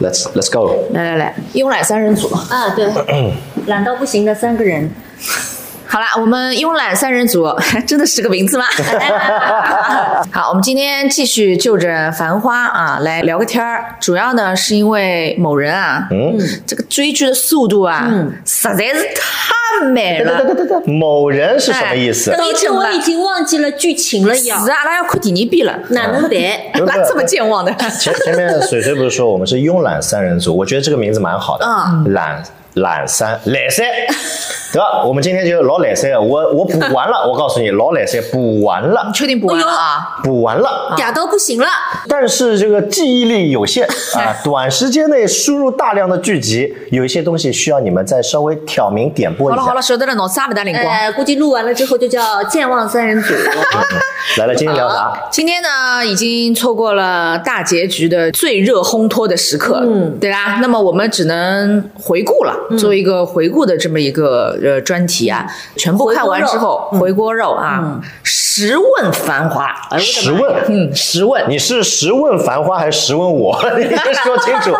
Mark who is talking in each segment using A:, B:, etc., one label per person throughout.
A: Let's let's go。
B: 来来来，
C: 慵懒三人组，
D: 啊， 对，懒到不行的三个人，
B: 好啦，我们慵懒三人组 真的是个名字吗？ 好，我们今天继续就着《繁花》啊来聊个天儿，主要呢是因为某人啊，嗯，这个追剧的速度啊，
C: 嗯
B: 实在是太慢了。
A: 某人是什么意
B: 哎
A: 思？
D: 导致我已经忘记了剧情了
B: 是
D: 呀，
B: 啊，那要看第二遍了，
D: 哪能得？
A: 不是
B: 那 这么健忘的，
A: 前前面水水不是说我们是慵懒三人组？我觉得这个名字蛮好的，
B: 嗯
A: 懒懒三懒三，对吧？我们今天就老懒三，我我补完了，我告诉你，老懒三补完了
B: 你，确定不完了
C: 哎
B: 啊？
A: 补完了，
D: 嗲到不行了，
A: 但是这个记忆力有 限啊，短时间内输入大量的剧集，有一些东西需要你们再稍微挑明点拨
B: 好
A: 一
B: 了
A: 下。
B: 好了，晓得了，脑子也没得灵光。
D: 呃，估计录完了之后就叫健忘 三人组，
A: 来了，今天聊啥？
B: 今天呢，已经错过了大结局的最热烘托的时刻，嗯，对吧？那么我们只能回顾了，做一个回顾的这么一个呃专题啊。全部看完之后，回锅肉啊，十问繁华，哎呦
A: 十问，
B: 嗯，十问，
A: 你是十问繁花还是十问我？ 你说清楚。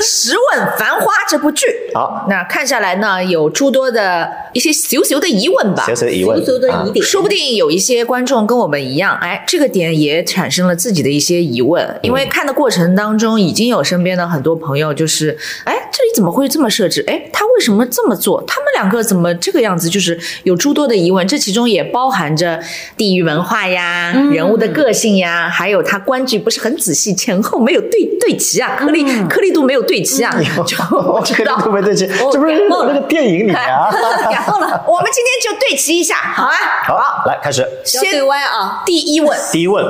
B: 十问繁花这部剧，
A: 好，
B: 那看下来呢，有诸多的一些小小的疑问吧，
A: 谁谁疑问
D: 足足的
A: 啊
D: 疑点，
B: 说不定有一些观众跟我们一样，哎，这个点也产生了自己的一些疑问，因
D: 嗯
B: 为看的过程当中，已经有身边的很多朋友就是，哎，这里怎么会这么设置？哎，他为什么这么做？他们两个怎么这个样子？就是有诸多的疑问，这其中也包含着地域文化呀、
D: 嗯
B: 人物的个性呀，还有他观剧不是很仔细，前后没有对对齐啊，
D: 嗯
B: 颗粒、颗粒度没有对齐
D: 哎
B: 啊， 就
A: 我
B: 不
A: 这
B: 知
A: 个
B: 道。
A: 特别对劲，这不是那个电影里面啊。
B: 感动了，我们今天就对齐一下，好啊。
A: 好，来开始。
D: 不要对歪啊，
B: 第一问，
A: 第一问，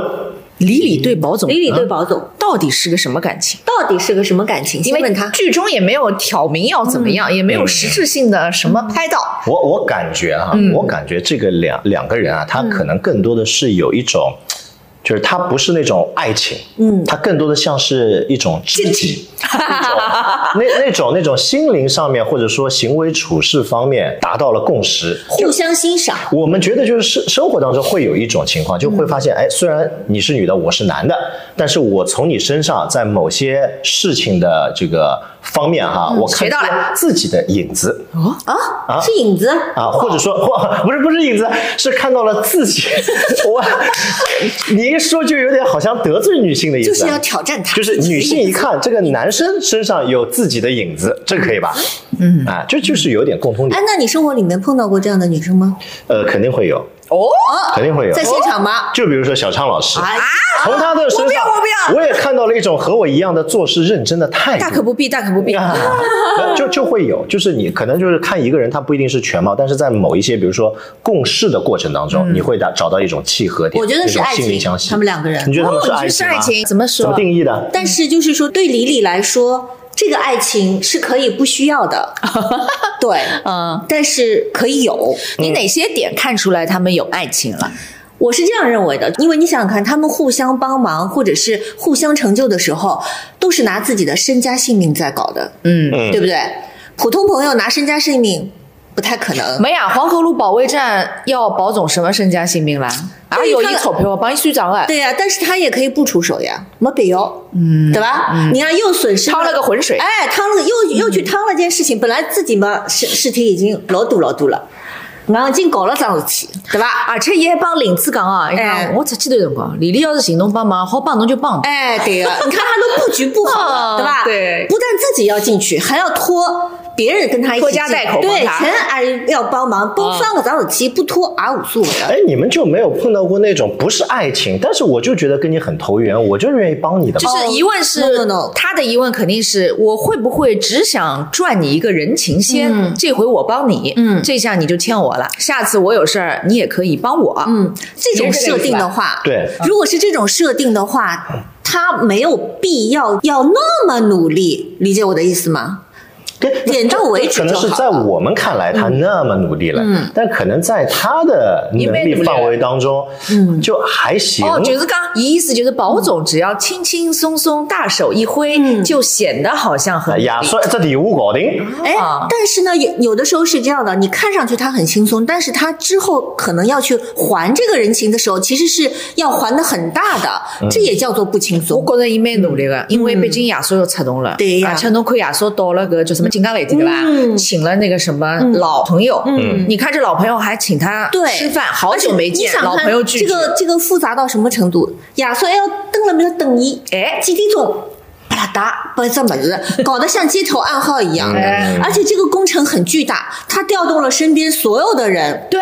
B: 李李对宝总，啊
D: 李李对宝总
B: 到底是个什么感情？
D: 到底是个什么感情？
B: 因
D: 先
B: 为
D: 问他，
B: 剧中也没有挑明要怎么样，也没有实质性的什么拍到。
A: 我我感觉哈、我感觉这个两两个人啊，他可能更多的是有一种，就是他不是那种爱情，嗯，他更多的像是一种知己，一种那那种那种心灵上面或者说行为处事方面达到了共识，
D: 互相欣赏，
A: 我们觉得就是生生活当中会有一种情况，就
D: 嗯
A: 会发现，哎，虽然你是女的，我是男的，但是我从你身上在某些事情的这个方面哈、
D: 嗯
A: 我看
B: 学到了
A: 见自己的影子
B: 哦
D: 啊，是影子，
A: 啊，或者说， 或不是不是影子，是看到了自己。 我你一说就有点好像得罪女性的意思
D: 就
A: 啊，
D: 是要挑战他，
A: 就是女性一看这个男生身上有自己的影子，这可以吧？嗯啊，就就是有点共通
D: 哎
A: 点，，
D: 那你生活里面碰到过这样的女生吗？
A: 呃，肯定会有，
B: 哦，
A: 肯定会有
D: 在。现场吗？
A: 就比如说小昌老师，
D: 啊，
A: 从他的身上，
B: 我不
A: 我也看到了一种和我一样的做事认真的态
B: 大
A: 度
B: 可。不必，大可不必。
A: 啊，就就会有，就是你可能就是看一个人，他不一定是全貌，但是在某一些，比如说共事的过程当
B: 嗯
A: 中，你会找找到一种契合点，
D: 我觉得是
A: 一种
D: 爱
A: 心灵
D: 情
A: 相，惜。
D: 他们两个人
A: 你。觉得他们是
B: 哦
A: 爱情
B: 你觉得
A: 吗？
B: 是爱情怎么说
A: 怎么定义的？
D: 但是就是说，对李李来说，这个爱情是可以不需要的，对，
B: 嗯，
D: 但是可以有。
B: 你哪些点看出来他们有爱情了？
D: 我是这样认为的，因为你想想看，他们互相帮忙或者是互相成就的时候，都是拿自己的身家性命在搞的，
B: 嗯，
A: 嗯
D: 对不对？普通朋友拿身家性命不太可能。
B: 没呀，黄河路保卫战要保总什么身家性命啦？啊，
D: 对
B: 有
D: 他
B: 一钞票帮伊算账哎，
D: 对呀、但是他也可以不出手呀，没必要，嗯，对吧？你看又损失了
B: 趟了个浑水。嗯
D: 哎，趟了又又去趟了件事情，本来自己嘛事事体已经老多老多了，硬劲搞了桩事体，对吧？
B: 而且啊也帮领子讲啊，伊
D: 哎
B: 讲我出去的辰光，李丽要是行动帮忙，好帮侬就帮。
D: 哎，对呀、你看他都布局布好了，
B: 哦
D: 对吧？
B: 对
D: 不但自己要进去，还要拖别人跟他一起
B: 拖
D: 进
B: 家带口
D: 对，
B: 帮他哦
D: 全俺要帮忙，帮上个桩事体不拖也无 所谓了。
A: 哎，你们就没有碰到过那种不是爱情，但是我就觉得跟你很投缘，我就是愿意帮你的
B: 就
A: 嘛。
D: 哦
B: 是疑问是、
D: no, no, no
B: 他的疑问肯定是我会不会只想赚你一个人情先，这回我帮你，
D: 嗯
B: 这下你就欠我了，下次我有事儿你也可以帮我，
D: 嗯，这种设定的话，
A: 别人这个意思吧
D: 如果是这种设定的话，他没有必要要那么努力，理解我的意思吗？
A: 跟
D: 点到为止
A: 可能
D: 就是好
A: 在
D: 了
A: 我们看来他那么努力了，但可能在他的
B: 也
A: 能
B: 没
A: 力
B: 努力
A: 范
B: 了
A: 围当中，就还行。
B: 哦，就是刚刚意思就是保总只要轻轻松松大手一挥，
D: 嗯
B: 就显得好像很
A: 哎呀，所以这礼物搞定，
D: 哎
B: 啊，
D: 但是呢，有有的时候是这样的，你看上去他很轻松，但是他之后可能要去还这个人情的时候，其实是要还的很大的，这也叫做不轻
B: 我
D: 松。
B: 觉着伊蛮努力个，因为毕竟亚索又出动了，
D: 嗯
B: 啊
D: 对呀
B: 而且侬看亚索到了搿叫什么锦江饭店对伐？
D: 嗯
B: 请了那个什么老朋友，
A: 嗯
B: 你看这老朋友还请他
D: 对，
B: 吃饭，好久没见
D: 而且，你想
B: 老
D: 看
B: 朋友聚
D: 这个这个复杂到什么程度？亚瑟要等了没有等伊，
B: 哎
D: 几点钟？巴拉达，把这么 子搞得像街头暗号一样，
B: 哎
A: 嗯
D: 而且这个工程很巨大，他调动了身边所有的人
B: 对。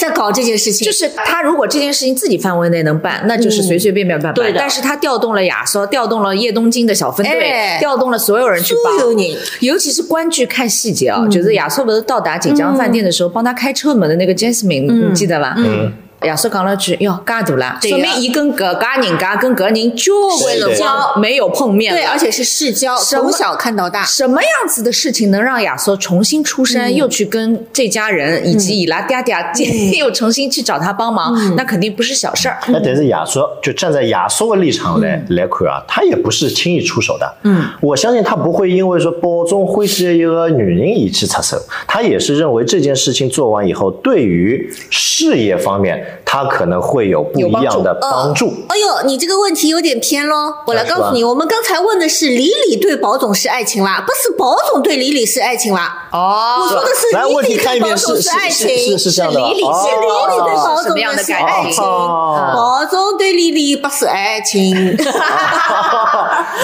D: 在搞这件事情，
B: 就是他如果这件事情自己范围内能办，那就是随随便便办办。
D: 对的
B: 但是他调动了亚索，调动了叶东京的小分队，
D: 哎
B: 调动了所有人去帮。
D: 所有嗯人
B: 尤其是观剧看细节啊，就是亚索不是到达锦江饭店的时
D: 嗯
B: 候，帮他开车门的那个 Jasmine，、你记得吧？
A: 嗯，
B: 亚瑟讲了句：“哟，噶大啦，
D: 对
B: 说
D: 呀
B: 明伊跟搿家人家跟搿人就为了
A: 是的
B: 光没有碰面了
D: 对，而且是世交，
B: 什么
D: 从小看到大，
B: 啊什么样子的事情能让亚瑟重新出山，又去跟这家人以及伊拉嗲嗲见，又重新去找他帮忙？那肯定不是小事儿。
A: 那但是亚索就站在亚索的立场来、来看啊，他也不是轻易出手的。嗯，我相信他不会因为说保中欢喜的一个女人而去出手，他也是认为这件事情做完以后，对于事业方面，他可能会有不一样的帮助。
D: 哎呦，你这个问题有点偏喽。我来告诉你，我们刚才问的是李李对保总是爱情啦，不是保总对李李是爱情啦。我
B: 哦
D: 说的是
A: 来，问
D: 李
A: 题
D: 李
A: 看
D: 对
A: 一遍
D: 保
A: 是
D: 总
A: 是
D: 爱情，
A: 是是是这样的吧，
B: 是理理
A: 哦
B: 是
D: 李李对保
B: 什么样
D: 总
B: 的
D: 是
B: 感
D: 爱情，
A: 情哦
D: 保总对李李不是 爱情。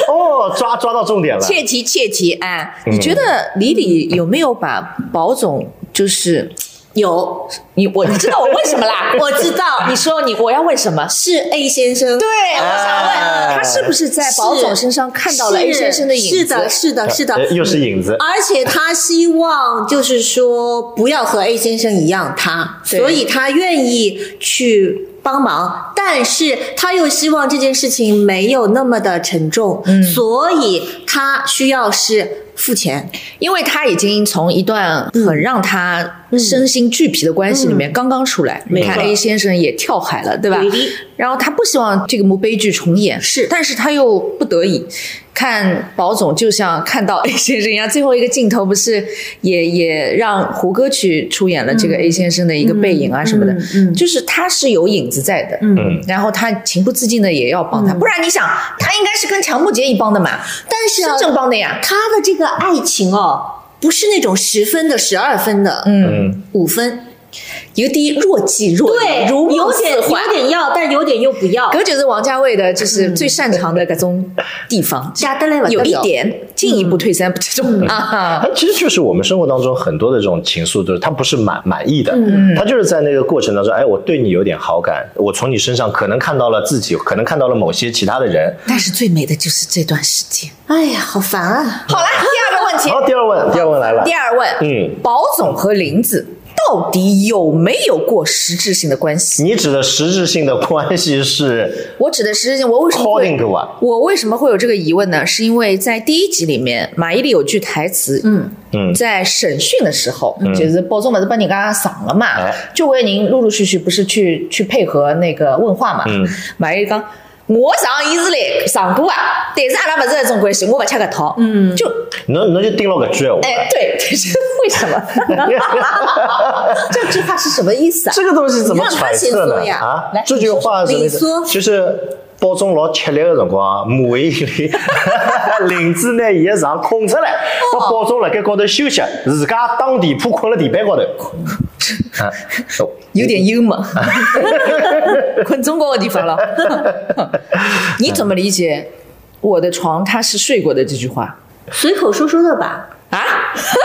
A: 哦，抓抓到重点了。
B: 切题切题，哎，你觉得李李有没有把保总就是
D: 有，？
B: 你我你知道我问什么啦
D: 我知道
B: 你说你我要问什么？
D: 是 A 先生，
B: 对，我想
A: 哎
B: 问他是不是在保总身上看到了
D: 是
B: A 先生的影子？
D: 是的，是
B: 呃
D: 的，是的
A: 哎，又是影子。
D: 而且他希望就是说不要和 A 先生一样他，
B: 对
D: 所以他愿意去帮忙，但是他又希望这件事情没有那么的沉重，
A: 嗯
D: 所以他需要是付钱，
B: 因为他已经从一段很让他身心俱疲的关系里面刚刚出来，你看
D: 嗯没错
B: A 先生也跳海了，对吧
D: 对的？
B: 然后他不希望这个幕悲剧重演，
D: 是
B: 但是他又不得已。看保总就像看到 A 先生一样，最后一个镜头不是也也让胡歌去出演了这个 A 先生的一个背影啊什么的，
D: 嗯嗯
B: 就是他是有影子在的，
A: 嗯，
B: 然后他情不自禁的也要帮
D: 嗯
B: 他，不然你想他应该是跟强木结一帮的嘛，
D: 但是啊
B: 是正帮的呀，
D: 他的这个爱情哦，不是那种十分的、十二分的，
B: 嗯，
D: 五分，
B: 有点若即若
D: 对，
B: 离，如梦
D: 有点
B: 似幻
D: 有。点要，但有点又不要，
B: 搿就是王家卫的，就是最擅长的搿种
D: 嗯
B: 地方，
D: 加得来吧，
B: 有一
D: 得了
B: 点进一步退三步这
D: 嗯
B: 种啊，
A: 它其实就是我们生活当中很多的这种情愫，就是他不是满满意的，
B: 嗯
A: 他就是在那个过程当中，哎，我对你有点好感，我从你身上可能看到了自己，可能看到了某些其他的人。
B: 但是最美的就是这段时间。
D: 哎呀，好烦啊！
B: 好了，第二个问题，
A: 好，第二问，第二问来了
B: 第，二问，
A: 嗯，
B: 保总和林子到底有没有过实质性的关系？
A: 你指的实质性的关系是
B: 我指的实质性，我为什么
A: calling
B: 会
A: to 啊？
B: 我为什么会有这个疑问呢？是因为在第一集里面，马伊琍有句台词，嗯
A: 嗯
B: 在审讯的时候，就是保总不是把人家สั่了嘛
A: 哎，
B: 就为您陆陆续续不是去去配合那个问话嘛，
A: 嗯
B: 马伊琍讲。我上伊是来上过啊，但是阿拉勿是那种关系，我勿吃搿套。嗯，就
A: 侬侬就盯牢搿句闲话。
B: 哎对， 但是为什么？ 这句话是什么意思啊？
A: 这个东西怎么
D: 你让他
A: 揣测
D: 先
A: 呢
D: 说？呀
A: 啊
B: 来，
A: 这句话什么意
D: 你说
A: 思？就是包中老吃力的辰光，马伊琍 林子拿伊的床空出来，
B: 哦
A: 把包中辣盖高头休息，自家打地铺困了地板高 头。啊，哦
B: 有点 幽默，困中国的地方了。你怎么理解我的床他是睡过的这句话
D: 随口说说的吧，
B: 啊？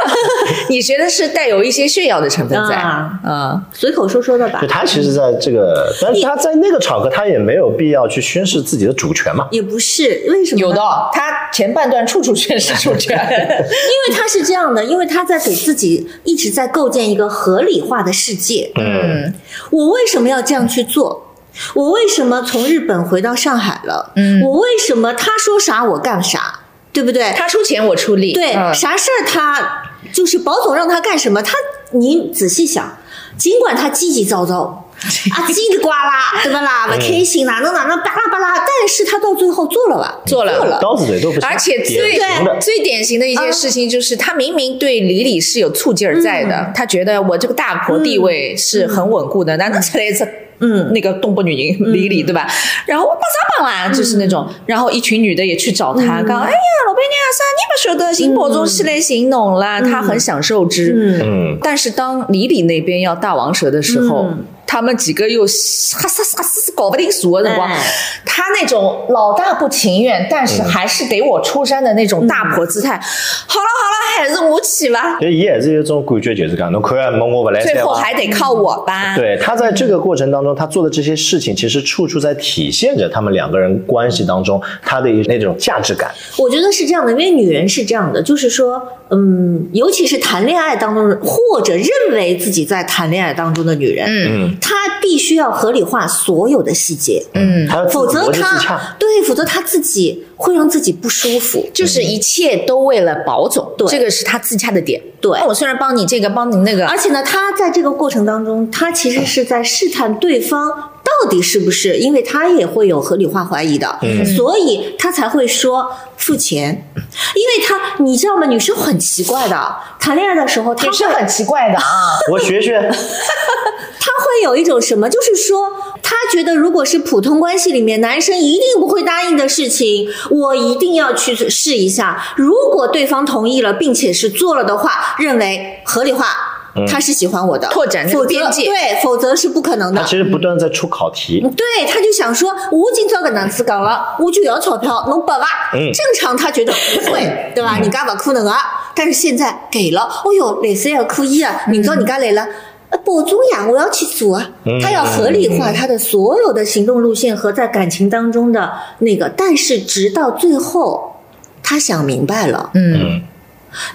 B: 你觉得是带有一些炫耀的成分在
D: 啊
B: 啊？嗯
D: 随口说说的吧
A: 就，他其实在这个，但是他在那个场合，他也没有必要去宣示自己的主权嘛。
D: 也不是为什么呢？
B: 有的哦，他前半段处处全是主权，
D: 因为他是这样的，因为他在给自己一直在构建一个合理化的世界。
A: 嗯
D: 我为什么要这样去做？我为什么从日本回到上海了？嗯，我为什么他说啥我干啥？对不对？
B: 他出钱，我出力，
D: 对，
B: 嗯
D: 啥事儿他就是保总让他干什么，他你仔细想，尽管他叽 叽喳喳。啊，叽里呱啦，对吧
B: 嗯
D: 啦？不开心，哪能哪能，巴拉巴拉。但是他到最后做了吧？
B: 做了
D: 做了。
A: 刀子嘴豆腐心，
B: 而且最
A: 典型的
B: 最典型的一件事情就是，他明明对李李是有醋劲儿在的，他觉得我这个大婆地位是很稳固的，难道这来次嗯那个东北女人李李对吧？然后我把啥帮啦，就是那种，然后一群女的也去找他，讲哎呀老板娘啥你不晓得，新宝中是来行动啦，他很享受之，
D: 嗯
A: 嗯，
B: 但是当李李那边要大王蛇的时候，
D: 嗯
B: 他们几个又哈撒哈撒搞不定数的辰光
D: 哎，
B: 他那种老大不情愿，但是还是得我出山的那种大婆姿态。好了好了，还是我起吧，
A: 所以伊还是有种感觉，就是讲，侬看啊，侬我不来塞
B: 最后
A: 吧。
B: 还得靠我吧。
A: 对他在这个过程当中，他做的这些事情，其实处处在体现着他们两个人关系当中他的一那种价值感。
D: 我觉得是这样的，因为女人是这样的，就是说，嗯，尤其是谈恋爱当中，或者认为自己在谈恋爱当中的女人，
B: 嗯
A: 嗯
D: 她必须要合理化所有的细节，
B: 嗯，
A: 他要自
D: 否则
A: 逻辑自
D: 她
A: 洽。
D: 对，否则她自己会让自己不舒服。
B: 就是一切都为了保总，
D: 对
B: 这个是他自洽的点。
D: 对
B: 那我虽然帮你这个，帮你那个，
D: 而且呢，她在这个过程当中，她其实是在试探对方到底是不是，因为她也会有合理化怀疑的，
A: 嗯
D: 所以她才会说付钱，因为她你知道吗？女生很奇怪的，谈恋爱的时候她
B: 也是
D: 会
B: 很奇怪的啊。
A: 我学学，
D: 他会有一种什么，就是说，他觉得如果是普通关系里面，男生一定不会答应的事情，我一定要去试一下。如果对方同意了，并且是做了的话，认为合理化。
A: 嗯
D: 他是喜欢我的，
B: 拓展这个
D: 否则
B: 边界
D: 对，否则是不可能的
A: 他。其实不断地在出考题。
D: 对，他就想说，我今朝搿能子讲了，我就要钞票，侬拨伐？
A: 嗯
D: 正常他觉得不会，对吧？人家勿可能啊，但是现在给了，哦哟，来塞要可以啊，明朝人家来了。呃，保重呀，我要去做啊！
A: 嗯
D: 他要合理化他的所有的行动路线和在感情当中的那个，但是直到最后，他想明白了，
B: 嗯，
A: 嗯，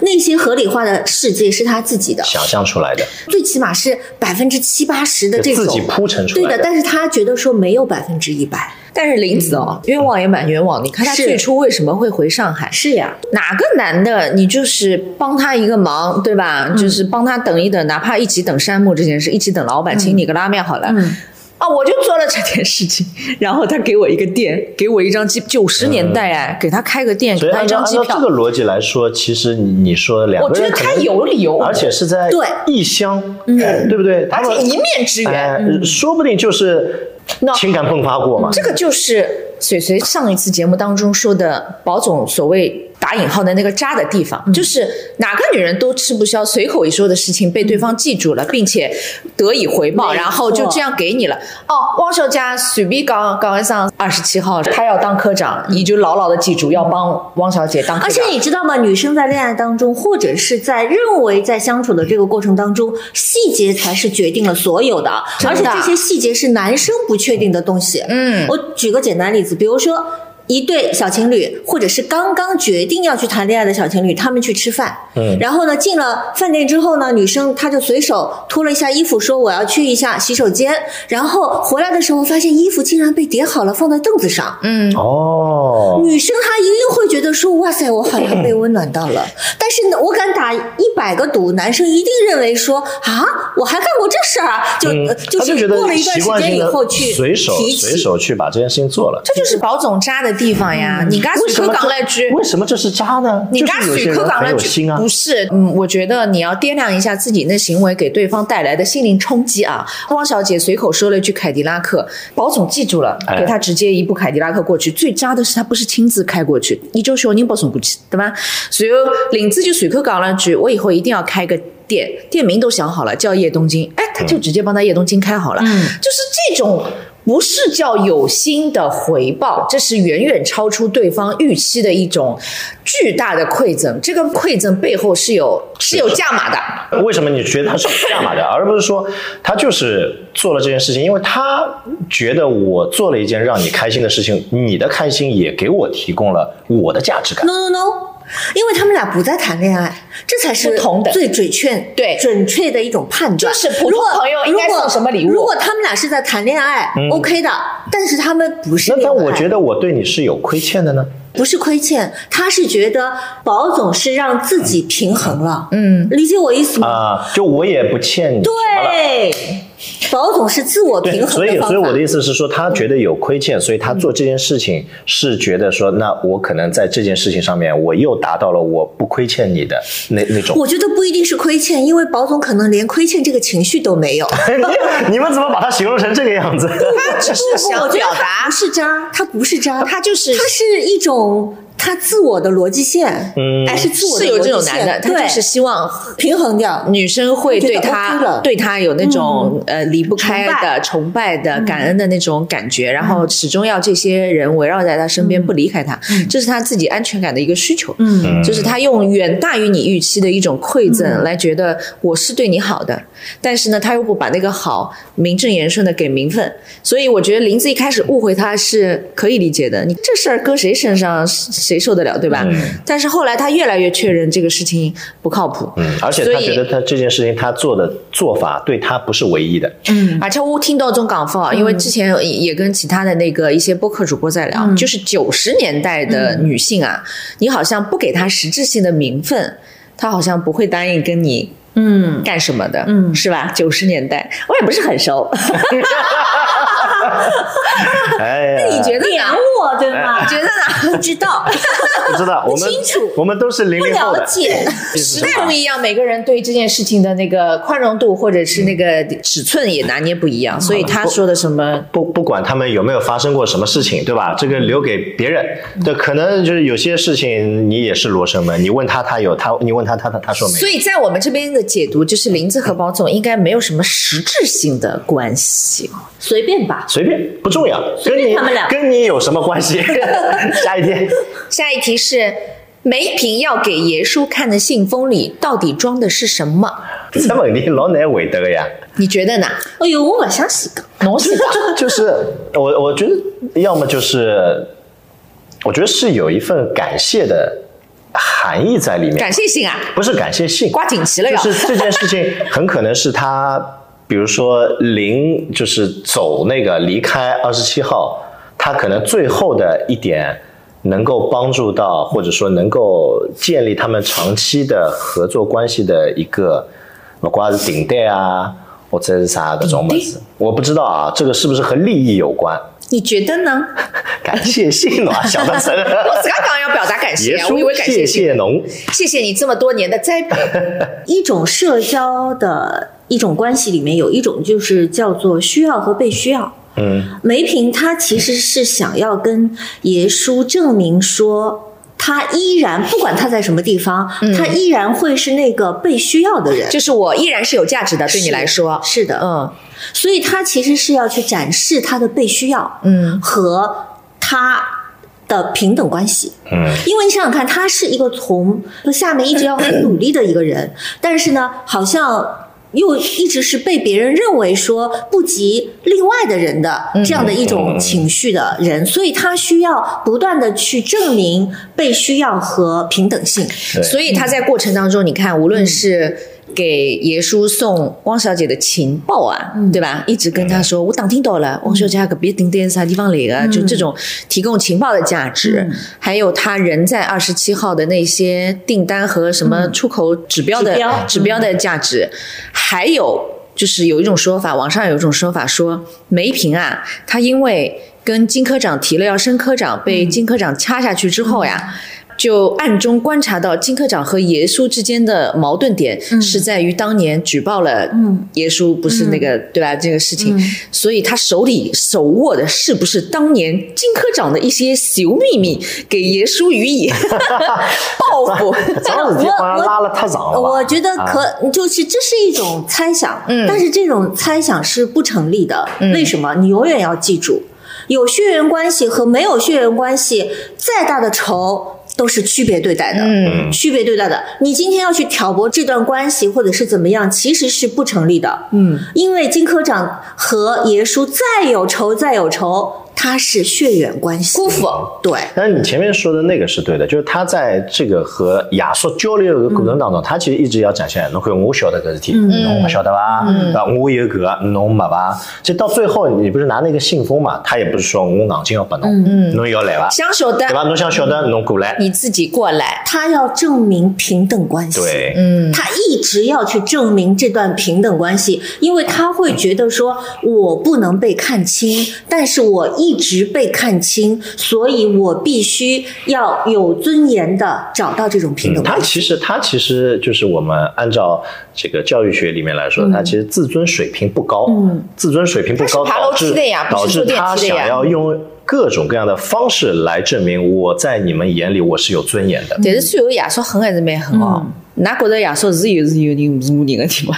D: 那些合理化的世界是他自己的，
A: 想象出来的，
D: 最起码是百分之七八十的这种
A: 自己铺陈出
D: 对
A: 来
D: 的，但是他觉得说没有百分之一百，
B: 但是林子哦，冤枉也蛮冤枉。你看他
D: 是
B: 最初为什么会回上海？
D: 是呀，
B: 哪个男的，你就是帮他一个忙，对吧？就是帮他等一等，哪怕一起等山姆这件事，一起等老板请你个拉面好了。
D: 嗯
B: 啊，我就做了这件事情，然后他给我一个店，给我一张机，九十年代哎，给他开个店，
A: 嗯所
B: 给
A: 以
B: 他
A: 按
B: 一
A: 照
B: 张
A: 按
B: 机
A: 照这
B: 票
A: 个，逻辑来说，其实你你说两
B: 我
A: 个
B: 觉
A: 人
B: 得
A: 可
B: 他
A: 能，
B: 有理由，
A: 而且是在
D: 对
A: 异乡，对不对？他
B: 而
A: 们
B: 且一面之缘。嗯
A: 哎，说不定就是
B: 那
A: 情感迸发过嘛。
B: 这个就是水水上一次节目当中说的保总所谓打引号的那个渣的地方，就是哪个女人都吃不消，随口一说的事情被对方记住了，并且得以回报，
D: 没错
B: 然后就这样给你了。哦，汪小姐随便讲讲一上二十七号，她要当科长，你就牢牢的记住要帮汪小姐当科
D: 而且
B: 长。
D: 你知道吗？女生在恋爱当中，或者是在认为在相处的这个过程当中，细节才是决定了所有的，
B: 真的
D: 而且这些细节是男生不确定的东西。
B: 嗯
D: 我举个简单例子，比如说。一对小情侣，或者是刚刚决定要去谈恋爱的小情侣，他们去吃饭，
A: 嗯
D: 然后呢，进了饭店之后呢，女生她就随手脱了一下衣服，说我要去一下洗手间，然后回来的时候发现衣服竟然被叠好了，放在凳子上，
B: 嗯，
A: 哦，
D: 女生她一定会觉得说，哇塞，我好像被温暖到了。
B: 嗯
D: 但是呢，我敢打一百个赌，男生一定认为说，啊，我还干过这事儿啊，就、
A: 嗯
D: 呃，
A: 他就是觉得
D: 过了一段
A: 习
D: 时
A: 惯
D: 间
A: 性
D: 以
A: 的
D: 后去
A: 随手
D: 提
A: 随
D: 起。
A: 手去把这件事情做了。
B: 这就是保总渣的地方呀。你刚
A: 为什
B: 随
A: 么
B: 口讲了一句
A: 这，为什么这是渣呢？
B: 你
A: 就
B: 刚
A: 是有些
B: 随口
A: 人
B: 讲
A: 很
B: 了
A: 有
B: 句
A: 心啊
B: 不。是，嗯，我觉得你要掂量一下自己那行为给对方带来的心灵冲击啊。汪小姐随口说了一句凯迪拉克，保总记住了，
A: 哎
B: 给他直接一部凯迪拉克过去。最渣的是他不是亲自开过去，一周小人保送过去，对吧？随后林子就随口讲了一句，我以后一定要开个。店店名都想好了，叫叶东京，哎，他就直接帮他叶东京开好了，
D: 嗯
B: 就是这种不是叫有心的回报，这是远远超出对方预期的一种巨大的馈赠。这个馈赠背后是有是有价码 的，
A: 为什么你觉得他是有价码的，而不是说他就是做了这件事情，因为他觉得我做了一件让你开心的事情，你的开心也给我提供了我的价值感。
D: No no no，因为他们俩不在谈恋爱，这才是
B: 不同的
D: 最准确、
B: 对
D: 准确的一种判断。
B: 就是普通朋友应该送什么礼物
D: 如果如果他们俩是在谈恋爱、
A: 嗯
D: o k 的，但是他们不是
A: 那
D: 恋爱。
A: 但我觉得我对你是有亏欠的呢，
D: 不是亏欠，他是觉得宝总是让自己平衡了，
B: 嗯，
D: 理解我意思吗？
A: 啊、就我也不欠你。
D: 对，宝总是自我
A: 对，
D: 平衡
A: 所
D: 的
A: 以，
D: 方法。嗯
A: 所以我的意思是说，他觉得有亏欠，所以他做这件事情是觉得说，那我可能在这件事情上面，我又达到了我不亏欠你的那那种。
D: 我觉得不一定是亏欠，因为宝总可能连亏欠这个情绪都没有。
A: 你你们怎么把它形容成这个样 子？
B: 他只是
D: 不不，
B: 想
D: 我觉得
B: 表
D: 他
B: 达
D: 不，是渣，他不是渣，
B: 他就是
D: 他是一种他自我的逻辑线，
A: 嗯
D: 哎，是自我的
B: 是有这种
D: 逻辑线
B: 男的，他
D: 对
B: 就是希望
D: 平衡掉。
B: 女生会对
D: 觉得 OK
B: 他
D: 了嗯
B: 对他有那种呃离不开
D: 崇拜嗯
B: 的崇拜的感恩的那种感觉，然后始终要这些人围绕在他身边不离开他，这是他自己安全感的一个需求。
D: 嗯
B: 就是他用远大于你预期的一种馈赠来觉得我是对你好的，但是呢，他又不把那个好名正言顺的给名分，所以我觉得林子一开始误会他是可以理解的，你这事儿搁谁身上谁受得了，对吧？
A: 嗯
B: 但是后来他越来越确认这个事情不靠谱，
A: 嗯，而且
B: 所
A: 他
B: 以
A: 觉得他这件事情他做的做法对他不是唯一 的。
D: 嗯
B: 而且我听到这种讲法，啊因为之前也也跟其他的那个一些播客主播在聊，就是九十年代的女性啊，你好像不给她实质性的名分，她好像不会答应跟你
D: 嗯，
B: 干什么的，
D: 嗯
B: 是吧？九十年代我也不是很熟，
A: 哎呀，
B: 你觉得
D: 点
B: 呢？
D: 我对吧？
B: 觉得呢？
D: 不 知道，
A: 不知道，我们
D: 清楚
A: 我们都是零
D: 不
A: 零后
D: 了
A: 的。
D: 解。
B: 时代不一样，每个人对这件事情的那个宽容度或者是那个尺寸也拿捏不一样，所以他说的什么，
A: 不不管他们有没有发生过什么事情，对吧？这个留给别人。
D: 嗯
A: 对，可能就是有些事情你也是罗生门，你问他他有，他你问他他他他说没有。
B: 所以在我们这边的解读就是林子和宝总应该没有什么实质性的关系。
D: 随便吧。
A: 随便不重要，
D: 随
A: 跟
D: 便
A: 你
D: 他们俩
A: 跟你有什么关系？ 下一天，
B: 下一题是梅瓶要给爷叔看的信封里到底装的是什么？
A: 这问题老难回答的呀。
B: 你觉得呢？
D: 哎呦，我不想洗个。
B: 侬是 吧
A: 就是我我觉得，要么就是，我觉得是有一份感谢的含义在里面，
B: 感谢信啊，
A: 不是感谢信，
B: 刮锦旗了要。
A: 就是这件事情很可能是他，比如说临就是走那个离开二十七号，他可能最后的一点能够帮助到，或者说能够建立他们长期的合作关系的一个，不管是顶戴啊，或者是啥各种么子，我不知道啊，这个是不是和利益有关？
B: 你觉得呢？
A: 感谢信啊，小的 神，
B: 我自个刚刚要表达感谢
A: 爷
B: 啊，我
A: 叔
B: 以为感谢
A: 谢
B: 信，
A: 谢侬，
B: 谢谢你这么多年的栽培。
D: 一种社交的一种关系里面，有一种就是叫做需要和被需要。
A: 嗯
D: 梅平他其实是想要跟爷叔证明说。他依然不管他在什么地方，他依然会是那个被需要的人。
B: 嗯
D: 啊
B: 就是我依然是有价值的，对你来说，
D: 是的，
B: 嗯
D: 所以他其实是要去展示他的被需要
B: 嗯，
D: 和他的平等关系。
A: 嗯，
D: 因为你想想看，他是一个从下面一直要很努力的一个人，但是呢，好像又一直是被别人认为说不及另外的人的这样的一种情绪的人，所以他需要不断的去证明被需要和平等性。
A: 对
B: 所以他在过程当中，你看，无论是给爷叔送汪小姐的情报啊，
D: 嗯
B: 对吧？一直跟他说，我打听到了，汪小姐个别顶点啥地方来
D: 嗯
B: 的，就这种提供情报的价值，还有他人在二十七号的那些订单和什么出口指标的
D: 嗯指标
B: 指标的价值，还有。就是有一种说法，网上有一种说法说梅平啊，他因为跟金科长提了要升科长，被金科长掐下去之后呀，就暗中观察到金科长和爷叔之间的矛盾点是在于当年举报了
D: 嗯
B: 爷叔不是那个、对吧这个事情，所以他手里手握的是不是当年金科长的一些小秘密给爷叔予以 报复？
A: 早事体好像拉了太长了吧？
D: 呃我觉得
A: 啊
D: 可、就是这是一种猜想，
B: 嗯
D: 但是这种猜想是不成立的。为什么？你永远要记住，有血缘关系和没有血缘关系，再大的仇都是区别对待的。
B: 嗯，
D: 区别对待的，你今天要去挑拨这段关系，或者是怎么样，其实是不成立的。
B: 嗯，
D: 因为金科长和爷叔再有仇再有仇，它是血缘关系，
B: 姑父
D: 对，
A: 但是你前面说的那个是对的，就是他在这个和亚索交流的过程当中，他其实一直要展现，侬看我晓得搿事体，侬勿晓得伐？对伐？我有搿，侬没伐？就到最后，你不是拿那个信封嘛？他也不是说我硬劲要拨侬，侬要来伐？
B: 想晓得
A: 对伐？侬想晓得，侬过来。
B: 你自己过来，
D: 他要证明平等关系，
A: 对，
B: 嗯，
D: 他一直要去证明这段平等关系，因为他会觉得说，我不能被看清，但是我一直被看清，所以我必须要有尊严的找到这种平等
A: 他
D: 关
A: 嗯
D: 系。
A: 其实他其实就是我们按照这个教育学里面来说，他其实自尊水平不高，
D: 嗯，
A: 自尊水平不高，
B: 嗯他是爬楼
A: 导
B: 梯
A: 致
B: 的呀不
A: 导
B: 是
A: 致
B: 坐电
A: 他
B: 梯的呀
A: 想要用各种各样的方式来证明我在你们眼里我是有尊严的。
B: 但是最后亚索狠还是蛮狠哦。
D: 嗯
B: 哪觉得亚索是有是有人，不是无人的地方，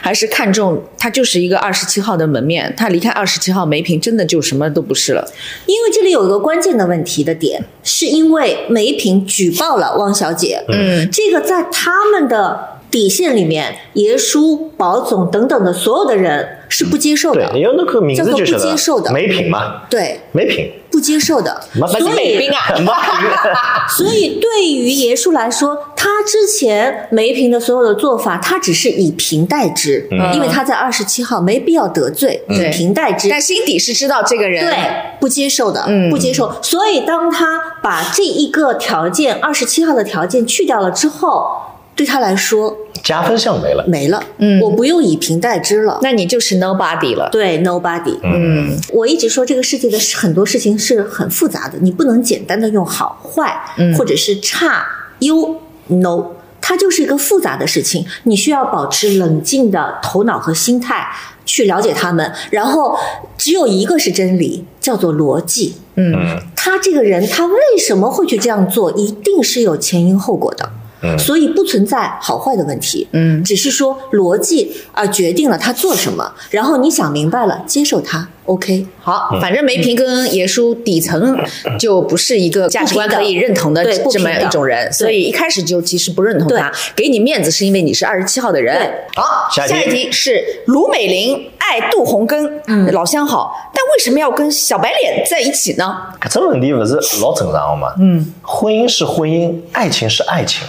B: 还是看中他就是一个二十七号的门面，他离开二十七号梅瓶，真的就什么都不是了。
D: 因为这里有一个关键的问题的点，是因为梅萍举报了汪小姐，
B: 嗯，
D: 这个在他们的底线里面，爷叔、保总等等的所有的人是不接受
A: 对
D: 的，，
A: 你用那个名字就
D: 这个不接受
A: 晓
D: 的
A: 得没品嘛，
D: 对，
A: 没品，
D: 不接受的，
A: 没
D: 所以
B: 兵啊，
D: 所以对于爷叔来说，他之前梅平的所有的做法，他只是以平待之，
A: 嗯
D: 因为他在二十七号没必要得罪，
B: 对
D: 以平待之。
B: 但心底是知道这个人
D: 对，不接受的，
B: 嗯
D: 不接受。所以当他把这一个条件，二十七号的条件去掉了之后，对他来说
A: 加分项没了。
D: 没了，
B: 嗯
D: 我不用以平待之了。
B: 那你就是 nobody 了。
D: 对，nobody。
B: 嗯
D: 我一直说这个世界的很多事情是很复杂的，你不能简单的用好坏，
B: 嗯
D: 或者是差优 no，它就是一个复杂的事情，你需要保持冷静的头脑和心态去了解它们，然后只有一个是真理，叫做逻辑。
B: 嗯
A: 嗯
D: 他这个人他为什么会去这样做，一定是有前因后果的，
A: 嗯
D: 所以不存在好坏的问题。
B: 嗯
D: 只是说逻辑啊决定了他做什么，然后你想明白了，接受他，OK，
B: 好，反正梅平跟爷叔底层就不是一个价值观可以认同的
D: 对不
B: 这
D: 平
B: 么
D: 等
B: 一种人，所以一开始就其实不认同他，给你面子是因为你是二十七号的人
D: 对。
B: 好，
A: 下
B: 下
A: 一题
B: 一题是卢美玲爱杜红根，
D: 嗯
B: 老相好，但为什么要跟小白脸在一起呢？
A: 搿种问题勿是老正常的嘛？嗯，婚姻是婚姻，爱情是爱情，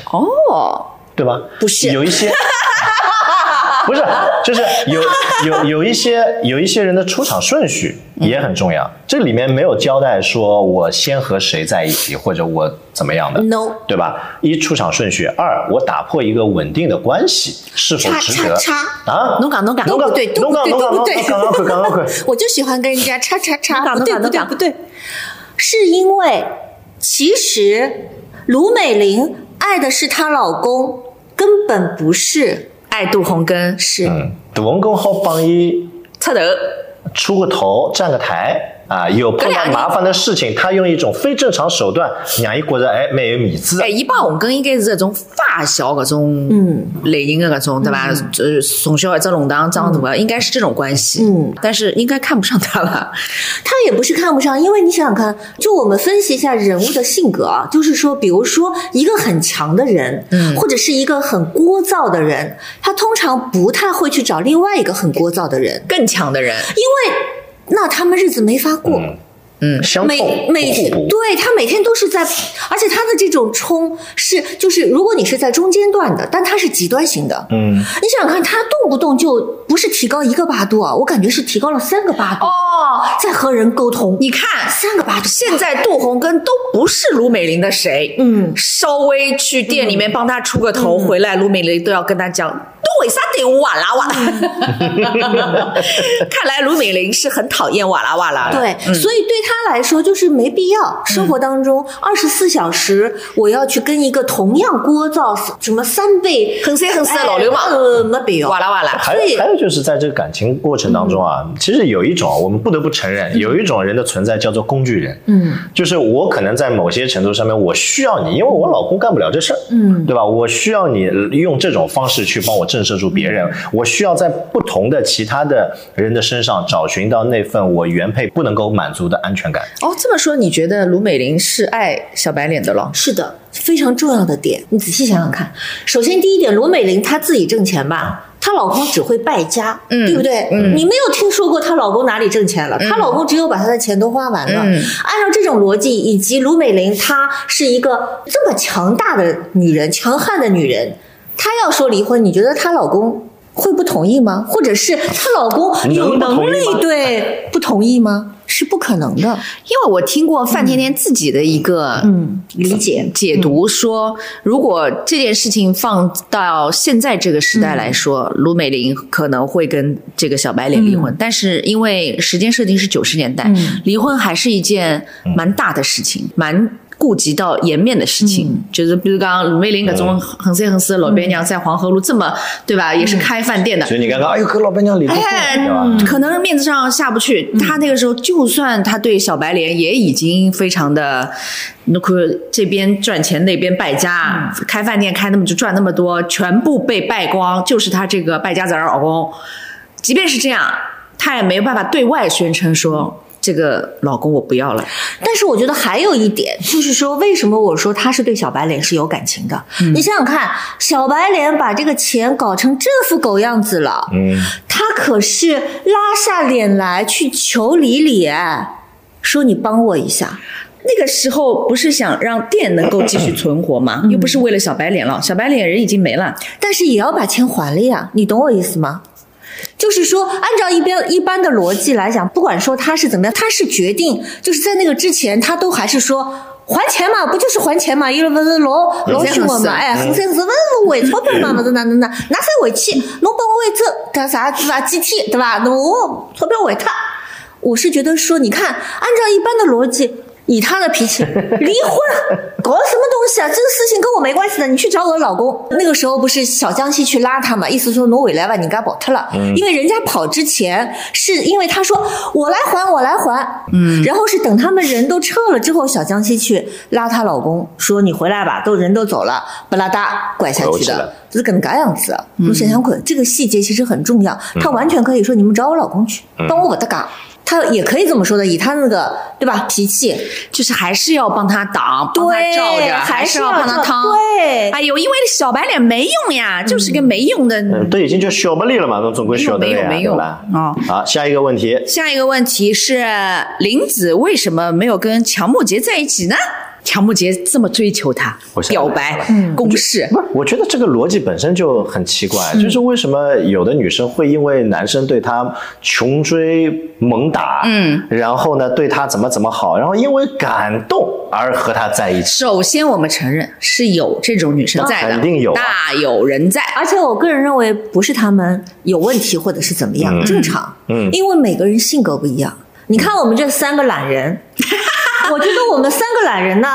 B: 哦，
A: 对吧？
B: 不是
A: 有一些，不是，就是有有有一些有一些人的出场顺序也很重要。这里面没有交代说我先和谁在一起，或者我怎么样的
D: No
A: 对吧？一出场顺序，二我打破一个稳定的关系是否值得
D: 叉
A: 啊？
B: 侬讲侬讲
A: 侬讲
D: 都不对
A: 侬讲
D: 都不对
A: 侬
D: 都
A: 讲
D: 不对
A: 侬讲侬讲侬讲侬讲
D: 我就喜欢跟人家叉叉叉，
B: 能
D: 不
B: 打
D: 对
B: 能
D: 不对
B: 打
D: 不对，是因为其实卢美玲爱的是她老公，根本不是
B: 爱杜红根
D: 是。
A: 嗯，杜文公好帮伊
B: 侧头，
A: 出个头，站个台啊，有碰到麻烦的事情，他用一种非正常手段，让伊觉着哎蛮有面子的
B: 哎，。伊帮红根应该是搿种发小搿种
D: 嗯
B: 类型的搿种对伐？呃，从小一只弄堂长大，应该是这种关系。
D: 嗯，
B: 但是应该看不上他了。
D: 他也不是看不上，因为你想想看，就我们分析一下人物的性格啊，就是说，比如说一个很强的人，
B: 嗯
D: 或者是一个很聒噪的人，他通常不太会去找另外一个很聒噪的人，
B: 更强的人，
D: 因为那他们日子没法过。
A: 嗯
B: 嗯
A: 相
D: 每
A: 碰
D: 每
A: 互补，
D: 对他每天都是在，而且他的这种冲是就是，如果你是在中间段的，但他是极端型的。
A: 嗯，
D: 你想想看，他动不动就不是提高一个八度啊，我感觉是提高了三个八度，
B: 哦，
D: 在和人沟通。
B: 你看
D: 三个八度，
B: 现在杜红根都不是卢美玲的谁，
D: 嗯
B: 稍微去店里面帮他出个头，回来卢美玲都要跟他讲，都为啥对我哇啦 哇啦？看来卢美玲是很讨厌哇啦哇啦的。
D: 对，所以对他来说就是没必要。生活当中二十四小时，我要去跟一个同样聒噪、什么三倍
B: 很塞很塞的老流氓
D: 呃，没必要
B: 哇。啦哇啦，
A: 还有还有就是在这个感情过程当中啊，其实有一种我们不得不承认，有一种人的存在叫做工具人。
D: 嗯，
A: 就是我可能在某些程度上面我需要你，因为我老公干不了这事儿，
D: 嗯
A: 对吧？我需要你用这种方式去帮我震慑住别人，我需要在不同的其他的人的身上找寻到那份我原配不能够满足的安全感。
B: 哦，这么说你觉得卢美玲是爱小白脸的咯？
D: 是的，非常重要的点，你仔细想想看。首先，第一点，罗美玲她自己挣钱吧，她老公只会败家，
B: 嗯
D: 对不对？
B: 嗯
D: 你没有听说过她老公哪里挣钱了，她、老公只有把她的钱都花完了。
B: 嗯
D: 按照这种逻辑，以及卢美玲她是一个这么强大的女人、强悍的女人，她要说离婚，你觉得她老公会不同意吗？或者是她老公有
A: 能不同
D: 能
A: 意
D: 力
A: 吗
D: 对不同意吗？是不可能的。
B: 因为我听过范甜甜自己的一个
D: 嗯，理解。嗯
B: 解读说，如果这件事情放到现在这个时代来说，
D: 嗯
B: 卢美玲可能会跟这个小白脸离婚，但是因为时间设定是九十年代，
D: 嗯
B: 离婚还是一件蛮大的事情，蛮。顾及到颜面的事情，
D: 嗯
B: 就是比如刚刚卢美玲搿种横三横四老板娘在黄河路这么，对吧？
D: 嗯
B: 也是开饭店的，
A: 所以你刚刚哎呦和老板娘离过婚，
B: 哎
A: 对吧？
B: 可能面子上下不去。他那个时候，就算他对小白脸也已经非常的，那可这边赚钱那边败家，开饭店开那么就赚那么多，全部被败光，就是他这个败家子儿老公。即便是这样，他也没有办法对外宣称说。这个老公我不要了，
D: 但是我觉得还有一点，就是说，为什么我说他是对小白脸是有感情的？你想想看，小白脸把这个钱搞成这副狗样子了，
A: 嗯，
D: 他可是拉下脸来去求李李，说你帮我一下。
B: 那个时候不是想让店能够继续存活吗？又不是为了小白脸了，小白脸人已经没了。
D: 但是也要把钱还了呀，你懂我意思吗？就是说，按照一边一般的逻辑来讲，不管说他是怎么样，他是决定，就是在那个之前，他都还是说还钱嘛，不就是还钱嘛，一路问问老老许我嘛，哎，横三横四问问为钞票嘛，么子哪能哪哪才回去，侬帮我一这干啥对吧？几天对吧？侬钞票还他，我是觉得说，你看，按照一般的逻辑。以他的脾气，离婚搞什么东西啊？这个事情跟我没关系的，你去找我老公。那个时候不是小江西去拉他嘛，意思说侬回来吧，人家跑脱了。因为人家跑之前，是因为他说我来还，我来还。嗯，然后是等他们人都撤了之后，小江西去拉她老公，说你回来吧，都人都走了，不拉搭拐下
A: 拐
D: 去
A: 下去
D: 的
A: 了。
D: 就是搿能介样子。侬想想看，这个细节其实很重要，他完全可以说你们找我老公去，帮我搿搭讲。他也可以这么说的，以他那个对吧脾气，
B: 就是还是要帮他挡，帮他
D: 对，
B: 罩着，
D: 还
B: 是
D: 要
B: 帮他
D: 照
B: 趟。
D: 对，嗯
B: 哎呦，因为小白脸没用呀，就是个没用的。
A: 嗯都已经叫小白脸了嘛，那总归晓得了
B: 没有
A: 呀，
B: 没
A: 对
B: 有
A: 吧？
B: 哦。
A: 好，下一个问题，
B: 下一个问题是林子为什么没有跟乔木杰在一起呢？乔木杰这么追求她
A: 我，想
B: 表
A: 起来
B: 白
A: 了、
D: 嗯
B: 攻势，
A: 不是，我觉得这个逻辑本身就很奇怪，就是为什么有的女生会因为男生对她穷追猛打，
B: 嗯，
A: 然后呢对她怎么怎么好，然后因为感动而和他在一起，
B: 首先我们承认是有这种女生在的，
A: 肯定有啊
B: 大有人在。
D: 而且我个人认为，不是他们有问题或者是怎么样，
A: 嗯
D: 正常。
A: 嗯
D: 因为每个人性格不一样。你看我们这三个 懒人，我觉得我们三个懒人呢，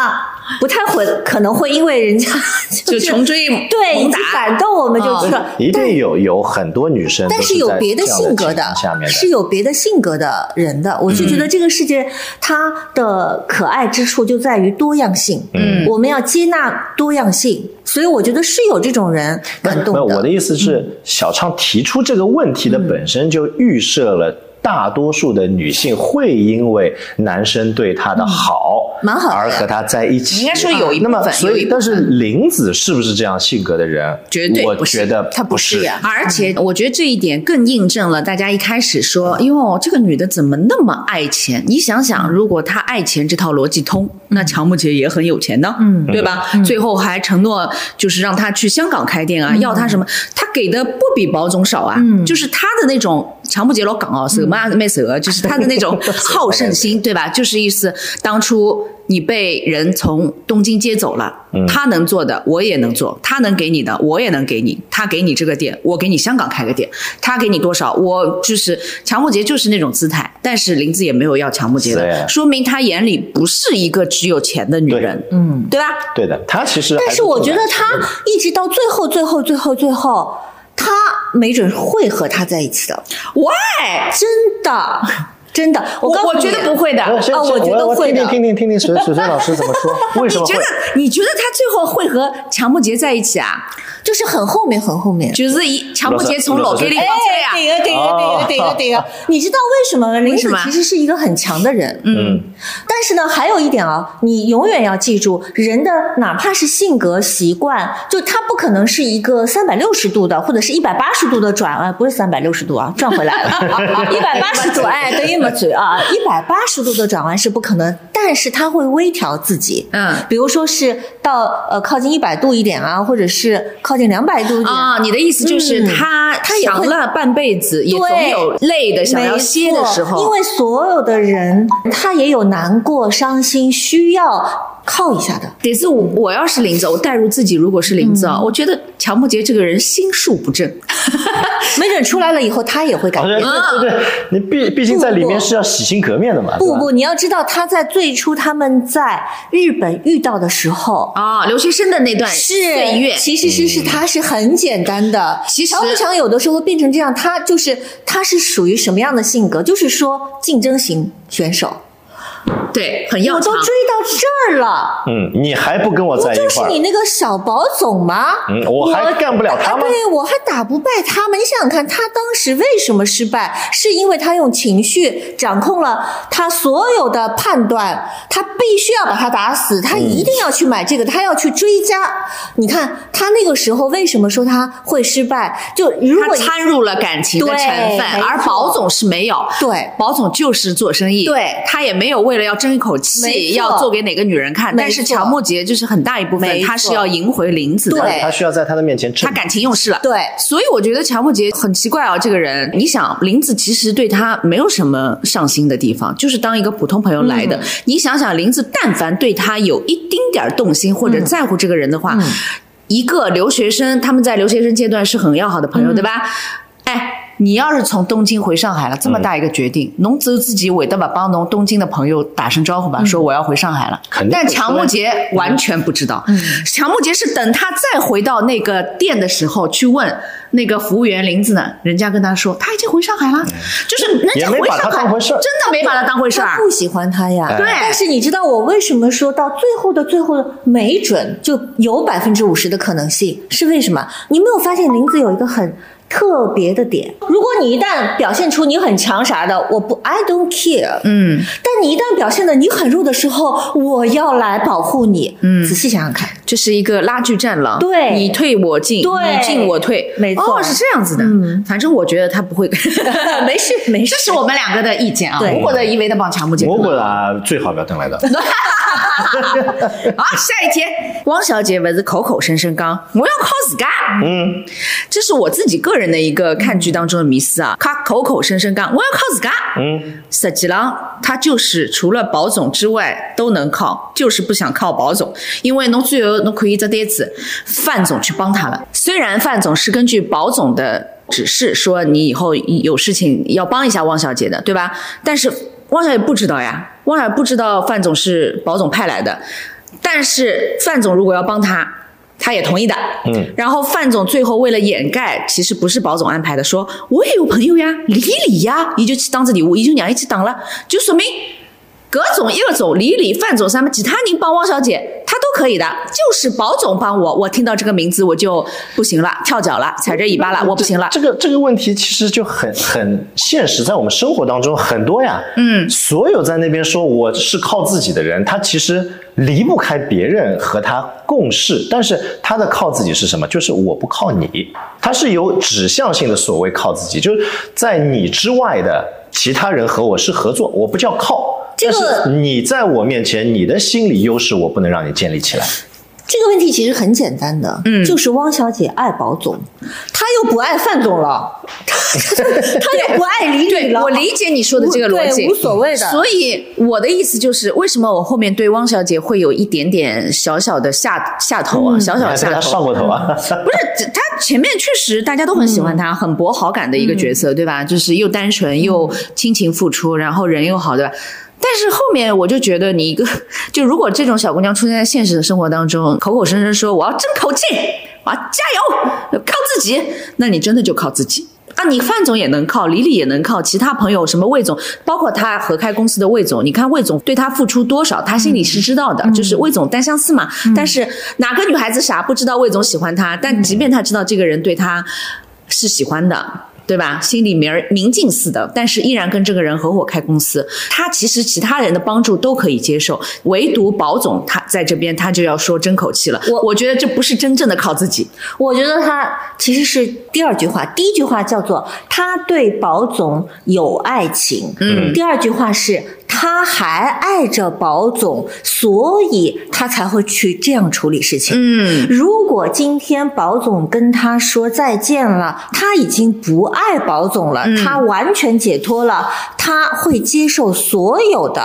D: 不太会，可能会因为人家
B: 就是穷追
D: 对
B: 猛
D: 以及
B: 打
D: 感动我们就去了。
A: 一
D: 但
A: 定有有很多女生，
D: 但
A: 啊是
D: 有
A: 在
D: 别的
A: 这样
D: 性格
A: 情况下面的嗯
D: 是有别的性格的人的。我是觉得这个世界它的可爱之处就在于多样性，
B: 嗯
D: 我们要接纳多样性，所以我觉得是有这种人感动
A: 那
D: 的。嗯
A: 我的意思是，小畅提出这个问题的本身就预设了大多数的女性会因为男生对她的好，
D: 嗯蛮好的
A: 而和她在一起。
B: 应该说有一部
A: 那
B: 分
A: 么，所
B: 有一
A: 以
B: 部
A: 但
B: 分
A: 是林子是不是这样性格的人？
B: 绝对
A: 我
B: 不是啊
A: 觉得
D: 她不是呀
B: 而且我觉得这一点更印证了大家一开始说，哟，这个女的怎么那么爱钱？你想
D: 嗯
B: 想，如果她爱钱这套逻辑通，那乔木杰也很有钱的，
D: 嗯
B: 对吧？最后还承诺就是让她去香港开店啊，要她什么，她给的不比保总少啊，
D: 嗯
B: 就是她的那种。乔木杰老港哦，手嘛没手，就是她的那 种好胜心，对吧？就是意思，当初你被人从东京接走了，
A: 嗯
B: 他能做的我也能做，他能给你的我也能给你，他给你这个店，我给你香港开个店，他给你多少，我就是强木杰就是那种姿态，但是林子也没有要强木杰
A: 是啊呀
B: 的，说明他眼里不是一个只有钱的女
A: 对
B: 人，
D: 嗯，
B: 对吧？
A: 对的，她其实还
D: 但是我觉得他
A: 做男生的
D: 一直到最后、最后、最后、最后，他没准会和他在一起的，
B: 喂，
D: 真的。真的，我告诉
B: 我
D: 你
B: 觉得不会的，
A: 哎先
D: 哦
A: 先
D: 我觉得
A: 我
D: 会
A: 听
D: 的
A: 听听听听听水水水老师怎么 说？为什
B: 你
A: 么
B: 觉
A: 会
B: 得？你觉得他最后会和常木杰在一起啊？
D: 就是很后面很后面。
B: 就是一常木杰从
A: 老
B: 老
A: 师哎
B: 给里啊
A: 老
B: 放这呀，
D: 顶了顶了顶了顶了顶了！你知道为什么吗？林
B: 什
D: 子
B: 么
D: 其实是一个很强的人，嗯，
A: 嗯，
D: 但是呢，还有一点啊，你永远要记住，人的哪怕是性格、习惯，就他不可能是一个三百六十度的，或者是一百八十度的转啊，不是三百六十度啊，转回 来了，一百八十度，哎，等于没嘴啊，一百八十度的转弯是不可能，但是他会微调自己，
B: 嗯
D: 比如说是到呃靠近一百度一点啊，或者是靠近两百度一点
B: 啊、你的意思就是
D: 嗯
B: 他
D: 他也
B: 想
D: 会
B: 了半辈子，也总
D: 对
B: 有累的，想
D: 没
B: 要歇的时
D: 错
B: 候。
D: 因为所有的人他也有难过、伤心，需要靠一下的。
B: 得是我，我要是林子，我代入自己，如果是林子，我觉得乔木杰这个人心术不正，
D: 没准出来了以后他也会改
A: 好像
D: 变。
A: 对对对，你毕毕竟在里面是要洗心革面的嘛，
D: 啊不
A: 对吧
D: 不，你要知道他在最初他们在日本遇到的时候。
B: 啊、留学生的那段
D: 是
B: 岁月，
D: 其实是是他是很简单的。
B: 嗯其实
D: 常不常有的时候变成这样，他就是他是属于什么样的性格？就是说竞争型选手，
B: 对，很
D: 我
B: 要
D: 都
B: 强
D: 追。到这儿了，
A: 嗯，你还不跟我
D: 不
A: 在一
D: 哦就是
A: 块儿
D: 你？那个小保总吗？
A: 嗯，我还干不了他吗？
D: 对，我还打不败他们。你想想看，他当时为什么失败？是因为他用情绪掌控了他所有的判断，他必须要把他打死，他
A: 嗯
D: 一定要去买这个，他要去追加。你看他那个时候为什么说他会失败？就如
B: 他
D: 果
B: 掺入了感情的
D: 对
B: 成分
D: 没，
B: 而
D: 错
B: 保总是没有。
D: 对
B: 保总就是做生意，
D: 对
B: 他也没有为了要争一口
D: 没
B: 气，
D: 错
B: 要做给哪个女人看。
D: 没
B: 但是
D: 错
B: 乔木杰就是很大一部分，
D: 没错
B: 他是要赢回林子的，
D: 对
A: 他需要在他的面前证
B: 他感情用事了。
D: 对
B: 所以我觉得乔木杰很奇怪啊，这个人，你想林子其实对他没有什么上心的地方，就是当一个普通朋友来的。你想想，林子但凡对他有一丁点儿动心或者在乎这个人的话，一个留学生，他们在留学生阶段是很要好的朋友，对吧？哎。你要是从东京回上海了，这么
A: 嗯
B: 大一个决定，侬只有自己会得吧，帮侬东京的朋友打声招呼吧，说我要回上海了。
A: 嗯肯定嗯
B: 但
A: 不说
B: 乔木
A: 呀
B: 杰完全不知道，乔木杰是等他再回到那个店的时候去问那个服务员林子呢，人家跟他说他已经回上海了，就是人
A: 嗯也
B: 家
A: 没
B: 回
A: 把
B: 上
A: 他
B: 海
A: 当回事儿
B: 真的没把他当回事儿
D: 他。不喜欢他
B: 哎
D: 呀。
A: 对
D: 但是你知道我为什么说到最后的最后的，没准就有百分之五十的可能性，是为什么？你没有发现林子有一个很。特别的点，如果你一旦表现出你很强啥的，我不 I don't care，
B: 嗯，
D: 但你一旦表现的你很弱的时候，我要来保护你。嗯，仔细想想看，
B: 就是一个拉锯战了，
D: 对
B: 你退我进，
D: 对
B: 你进我退，
D: 没错
B: 哦，是这样子的。
A: 嗯
B: 反正我觉得他不会，
D: 没事没事
B: 这是我们两个的意见啊。
D: 对
B: 我觉得一味的帮乔木杰，
A: 我觉得啊最好不要登来的。
B: 好，下一天，汪小姐不是口口声声讲我要靠自家，
A: 嗯，
B: 这是我自己个人的一个看剧当中的迷思啊。她口口声声讲我要靠自家，
A: 嗯，
B: 实际上她就是除了保总之外都能靠，就是不想靠保总，因为侬最后侬看伊只单子，范总去帮她了。虽然范总是根据保总的指示说你以后有事情要帮一下汪小姐的，对吧？但是汪小姐不知道呀，汪小姐不知道范总是保总派来的，但是范总如果要帮她。他也同意的。
A: 嗯，
B: 然后范总最后为了掩盖，其实不是保总安排的，说我也有朋友呀，李李呀，伊就去当着礼物，伊就让伊去打了，就说明。葛总、叶总、李李、范总，什么其他人帮汪小姐，他都可以的，就是保总帮我。我听到这个名字我就不行了，跳脚了，踩着尾巴了，我不行了。
A: 这个这个问题其实就很很现实，在我们生活当中很多呀。嗯，所有在那边说我是靠自己的人，他其实离不开别人和他共事，但是他的靠自己是什么？就是我不靠你，他是有指向性的所谓靠自己，就是在你之外的其他人和我是合作，我不叫靠。
D: 这个
A: 但是你在我面前，你的心理优势我不能让你建立起来。
D: 这个问题其实很简单的，嗯，就是汪小姐爱保总，她又不爱范总 了，她又不爱李
B: 对
D: 李了，
B: 我理解你说的这个逻辑，
D: 对无所谓的
B: 所以我的意思就是，为什么我后面对汪小姐会有一点点小小的下下头啊，小
A: 你嗯
B: 小的
A: 还
B: 下
A: 跟他
B: 头
A: 上。过头啊？
B: 不是这他前面确实大家都很喜欢他，很博好感的一个角色，对吧？就是又单纯又亲情付出，然后人又好，对吧？但是后面我就觉得你一个， 就如果这种小姑娘出现在现实的生活当中，口口声声说我要争口气，我要加油，要靠自己，那你真的就靠自己。
C: 啊，你范总也能靠，李李也能靠，其他朋友什么魏总，包括他合开公司的魏总，你看魏总对他付出多少，他心里是知道的，就是魏总单相思嘛。但是哪个女孩子傻不知道魏总喜欢她？但即便他知道这个人对他是喜欢的。对吧？心里明儿明镜似的，但是依然跟这个人合伙开公司。他其实其他人的帮助都可以接受，唯独保总他在这边他就要说争口气了。我我觉得这不是真正的靠自己。
D: 我觉得他其实是第二句话，第一句话叫做他对保总有爱情，嗯，第二句话是他还爱着保总，所以他才会去这样处理事情。
C: 嗯，
D: 如果今天保总跟他说再见了，他已经不爱保总了，他完全解脱了，他会接受所有的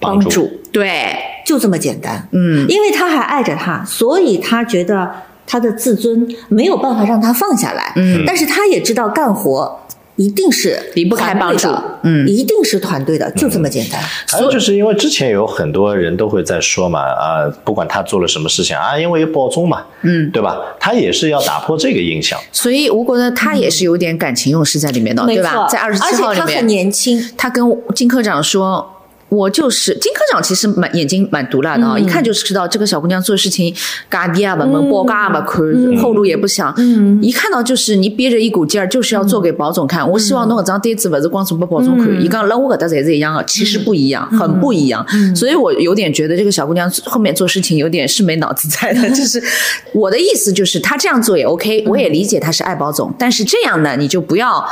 D: 帮
A: 帮助
C: 对，
D: 就这么简单。
C: 嗯，
D: 因为他还爱着他，所以他觉得他的自尊没有办法让他放下来。
C: 嗯，
D: 但是他也知道干活一定是
C: 离不开帮助
D: 团队的
C: 嗯
D: 一定是团队的，就这么简单。
B: 嗯
A: 还有就是因为之前有很多人都会在说嘛，啊，不管他做了什么事情啊，因为保中嘛，嗯，对吧？他也是要打破这个印象，
B: 所以吴国呢，他也是有点感情用事在里面的，
D: 嗯没
B: 对
D: 错
B: 吧？在二十
D: 而
B: 七
D: 且
B: 号里
D: 他很
B: 面，
D: 年轻，
B: 他跟金科长说。我就是金科长，其实蛮眼睛蛮毒辣的啊、
D: 嗯
B: 一看就是知道这个小姑娘做事情嘎滴啊吧闷，包嘎啊吧抠，后路也不想。
D: 嗯
B: 一看到就是你憋着一股劲儿，就是要做给保总看。我希望侬搿张单子勿是光做拨保总
D: 嗯
B: 看，伊讲辣我搿搭侪是一样的，啊其实不一样，很不一样。
D: 嗯
B: 所以我有点觉得这个小姑娘后面做事情有点是没脑子在 的。就是我的意思就是，她这样做也
D: 嗯
B: OK，我也理解她是爱保总，但是这样呢，你就不要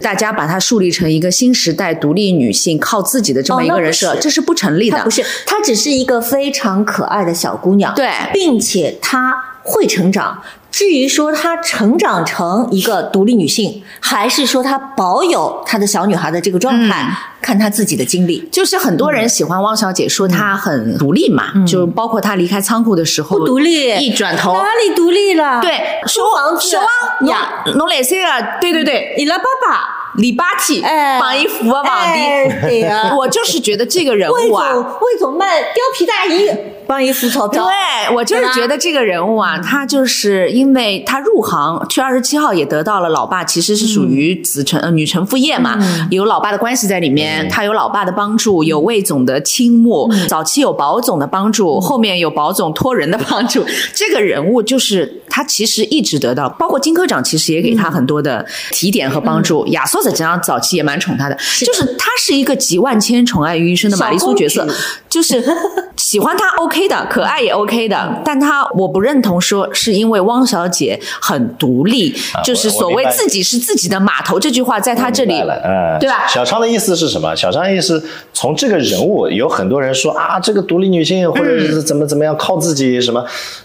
B: 大家把她树立成一个新时代独立女性靠自己的这么一
D: 哦那
B: 个
D: 不
B: 人设，
D: 是
B: 这是不成立
D: 她
B: 的
D: 不。是，她只是一个非常可爱的小姑娘。
B: 对
D: 并且她会成长。至于说她成长成一个独立女性，还是说她保有她的小女孩的这个状态，
B: 嗯
D: 看她自己的经历。
B: 就是很多
D: 嗯
B: 人喜欢汪小姐，说她很独立嘛，就包括她离开仓库的时候，
D: 不独立，
B: 一转头
D: 哪里独立
B: 哦
D: 了？
B: 对，
D: 租房子
B: 小王
D: 呀，
B: 呀，侬来三个，啊对对对，
D: 伊拉爸爸，
B: 礼拜天
D: 哎，
B: 绑衣服啊，绑
D: 哎
B: 的。
D: 对 呀，
B: 我就是觉得这个人
D: 魏
B: 物
D: 总
B: 啊，
D: 魏总卖貂皮大衣，帮伊付钞
B: 对
D: 票，
B: 我就是觉得这个人物啊，他就是因为他入行去二十七号也得到了老爸，其实是属于子承、呃女承父业嘛，有老爸的关系在里面，他有老爸的帮助，有魏总的倾慕，早期有保总的帮助，后面有保总托人的帮助，这个人物就是他其实一直得到，包括金科长其实也给他很多的提点和帮助，亚瑟实际上早期也蛮宠他的，嗯就是他是一个集万千宠爱于一身的玛丽苏角色
D: 小公举，
B: 就是喜欢他 OK 的，可爱也 OK 的，但他我不认同说是因为汪小姐很独立，
A: 啊
B: 就是
A: 我我
B: 所谓
A: 明白
B: 自己是自己的码头这句话，在他这里
A: 明白了嗯，
B: 对吧
A: 小昌的意思是什么？小昌的意思从这个人物，有很多人说啊，这个独立女性或
B: 嗯
A: 者是怎么怎么样靠自己什么，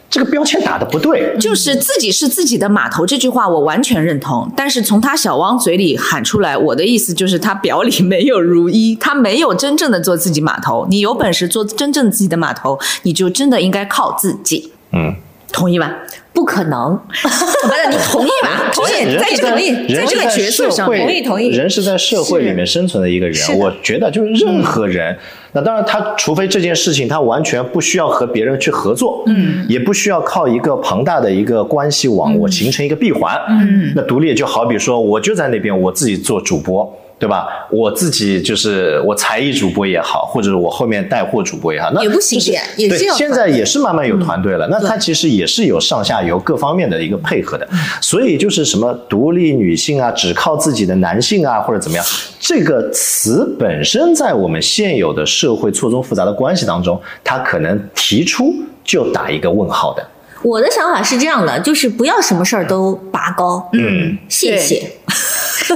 A: 这个标签打的不对，
B: 就是自己是自己的码头这句话，我完全认同。但是从他小汪嘴里喊出来，我的意思就是他表里没有如一，他没有真正的做自己码头。你有本事做真正自己的码头，你就真的应该靠自己。
A: 嗯。
B: 同意吧？
D: 不可能。
B: 不是你同意吧？同意，
A: 人
B: 在
A: 是
B: 这个在
A: 人
B: 这
A: 是
B: 个
A: 在
B: 角色
A: 社
B: 上
A: 会，
B: 面，
D: 同意同意
A: 人是在社会里面生存的一个
D: 是
A: 人，
D: 的
A: 我觉得就是任何人，那当然他除非这件事情他完全不需要和别人去合作，嗯，也不需要靠一个庞大的一个关系网，我形成一个闭环，嗯，那独立就好比说我就在那边我自己做主播。对吧？我自己就是我才艺主播也好，或者我后面带货主播也好，那
D: 也不行
A: 就是
D: 也也
A: 对
D: 是要嗯
A: 现 在也是慢慢有团队了。那它其实也是有上下游各方面的一个配合的，
D: 嗯
A: 所以就是什么独立女性啊，只靠自己的男性啊，或者怎么样，这个词本身在我们现有的社会错综复杂的关系当中，它可能提出就打一个问号的。
D: 我的想法是这样的，就是不要什么事儿都拔高，
A: 嗯，
D: 谢谢。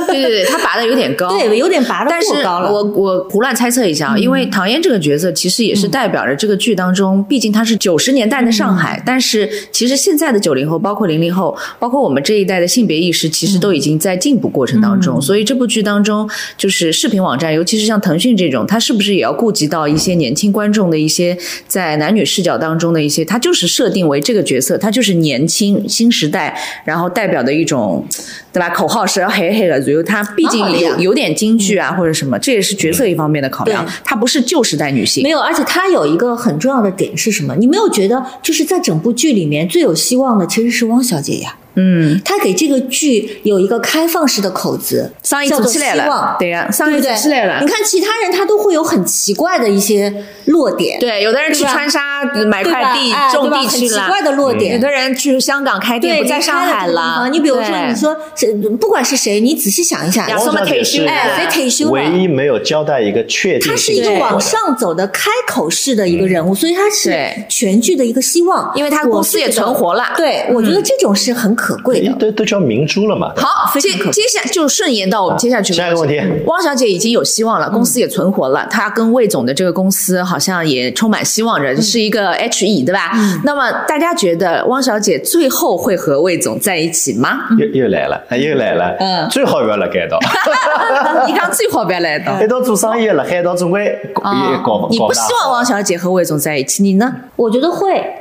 B: 对对对，他拔的有点高。
D: 对，有点拔的
B: 但是
D: 过高了。嗯
B: 我我胡乱猜测一下啊，因为唐嫣这个角色其实也是代表着这个剧当中，毕竟她是九十年代的
D: 嗯
B: 上海，但是其实现在的九零后，包括零零后，包括我们这一代的性别意识，其实
D: 嗯
B: 都已经在进步过程当中。所以这部剧当中，就是视频网站，尤其是像腾讯这种，它是不是也要顾及到一些年轻观众的一些在男女视角当中的一些，它就是设定为这个角色，它就是年轻新时代，然后代表的一种，对吧？口号是要黑黑的，然后它毕竟
D: 蛮好的呀
B: 有有点京剧啊，或者什么，这也是角色一方面的考量
D: 对。
B: 她不是旧时代女性
D: 没，有，而且她有一个很重要的点是什么？你没有觉得就是在整部剧里面最有希望的其实是汪小姐呀？
B: 嗯，
D: 他给这个剧有一个开放式的口子，
B: 生意
D: 叫
B: 做
D: 做
B: 起
D: 希
B: 来了
D: 望，，
B: 对啊呀、生
D: 对
B: 意
D: 不
B: 做
D: 对？
B: 起来了
D: 你。看其他人他都会有很奇怪的一些落点，
B: 对，有的人去
D: 对吧
B: 川沙买
D: 对吧？
B: 块地
D: 哎
B: 种
D: 对吧
B: 地
D: 很
B: 去了
D: 奇，怪的落
B: 嗯
D: 点
E: 有。的人去香港开
D: 对，
E: 店，不在
D: 离
E: 上
D: 开
E: 海
D: 了这个地
E: 了。
D: 方你比如说，
E: 对
D: 你说谁，不管是谁，你仔细想一下，
B: 亚
A: 王
B: 松
A: 小
B: 的
A: 姐
B: 退休
A: 是
D: 哎，谁退休
A: 唯
D: 了？
A: 一没有交代一个确定
D: 他是
A: 性
D: 一
A: 结
D: 个
A: 果的
D: 往上走的开口式的一个人物，所以他是
B: 对
D: 全剧的一个希望，
E: 因为他
D: 我
E: 公司
D: 是
E: 也
D: 觉得
E: 存活嗯了
D: 对，我觉得这种是很可贵的。
A: 哎都都叫明珠了嘛。
B: 好，接接下就顺延到我们接下去、
A: 下一个问题，嗯
B: 汪小姐已经有希望了，公司也存活了，她跟魏总的这个公司好像也充满希望着，
A: 嗯
B: 是一个 HE 对吧？那么大家觉得汪小姐最后会和魏总在一起吗？
D: 嗯
A: 又又来了，哎又来了。
B: 嗯
A: 最好不要辣盖 到，
B: 你讲最好不要 来到。
A: 一道做生意辣盖一道总归搞
D: 哦
A: 也搞搞
B: 你不
A: 不
B: 希
A: 大
B: 望汪小姐和魏总在一起，你呢？
D: 我觉得会。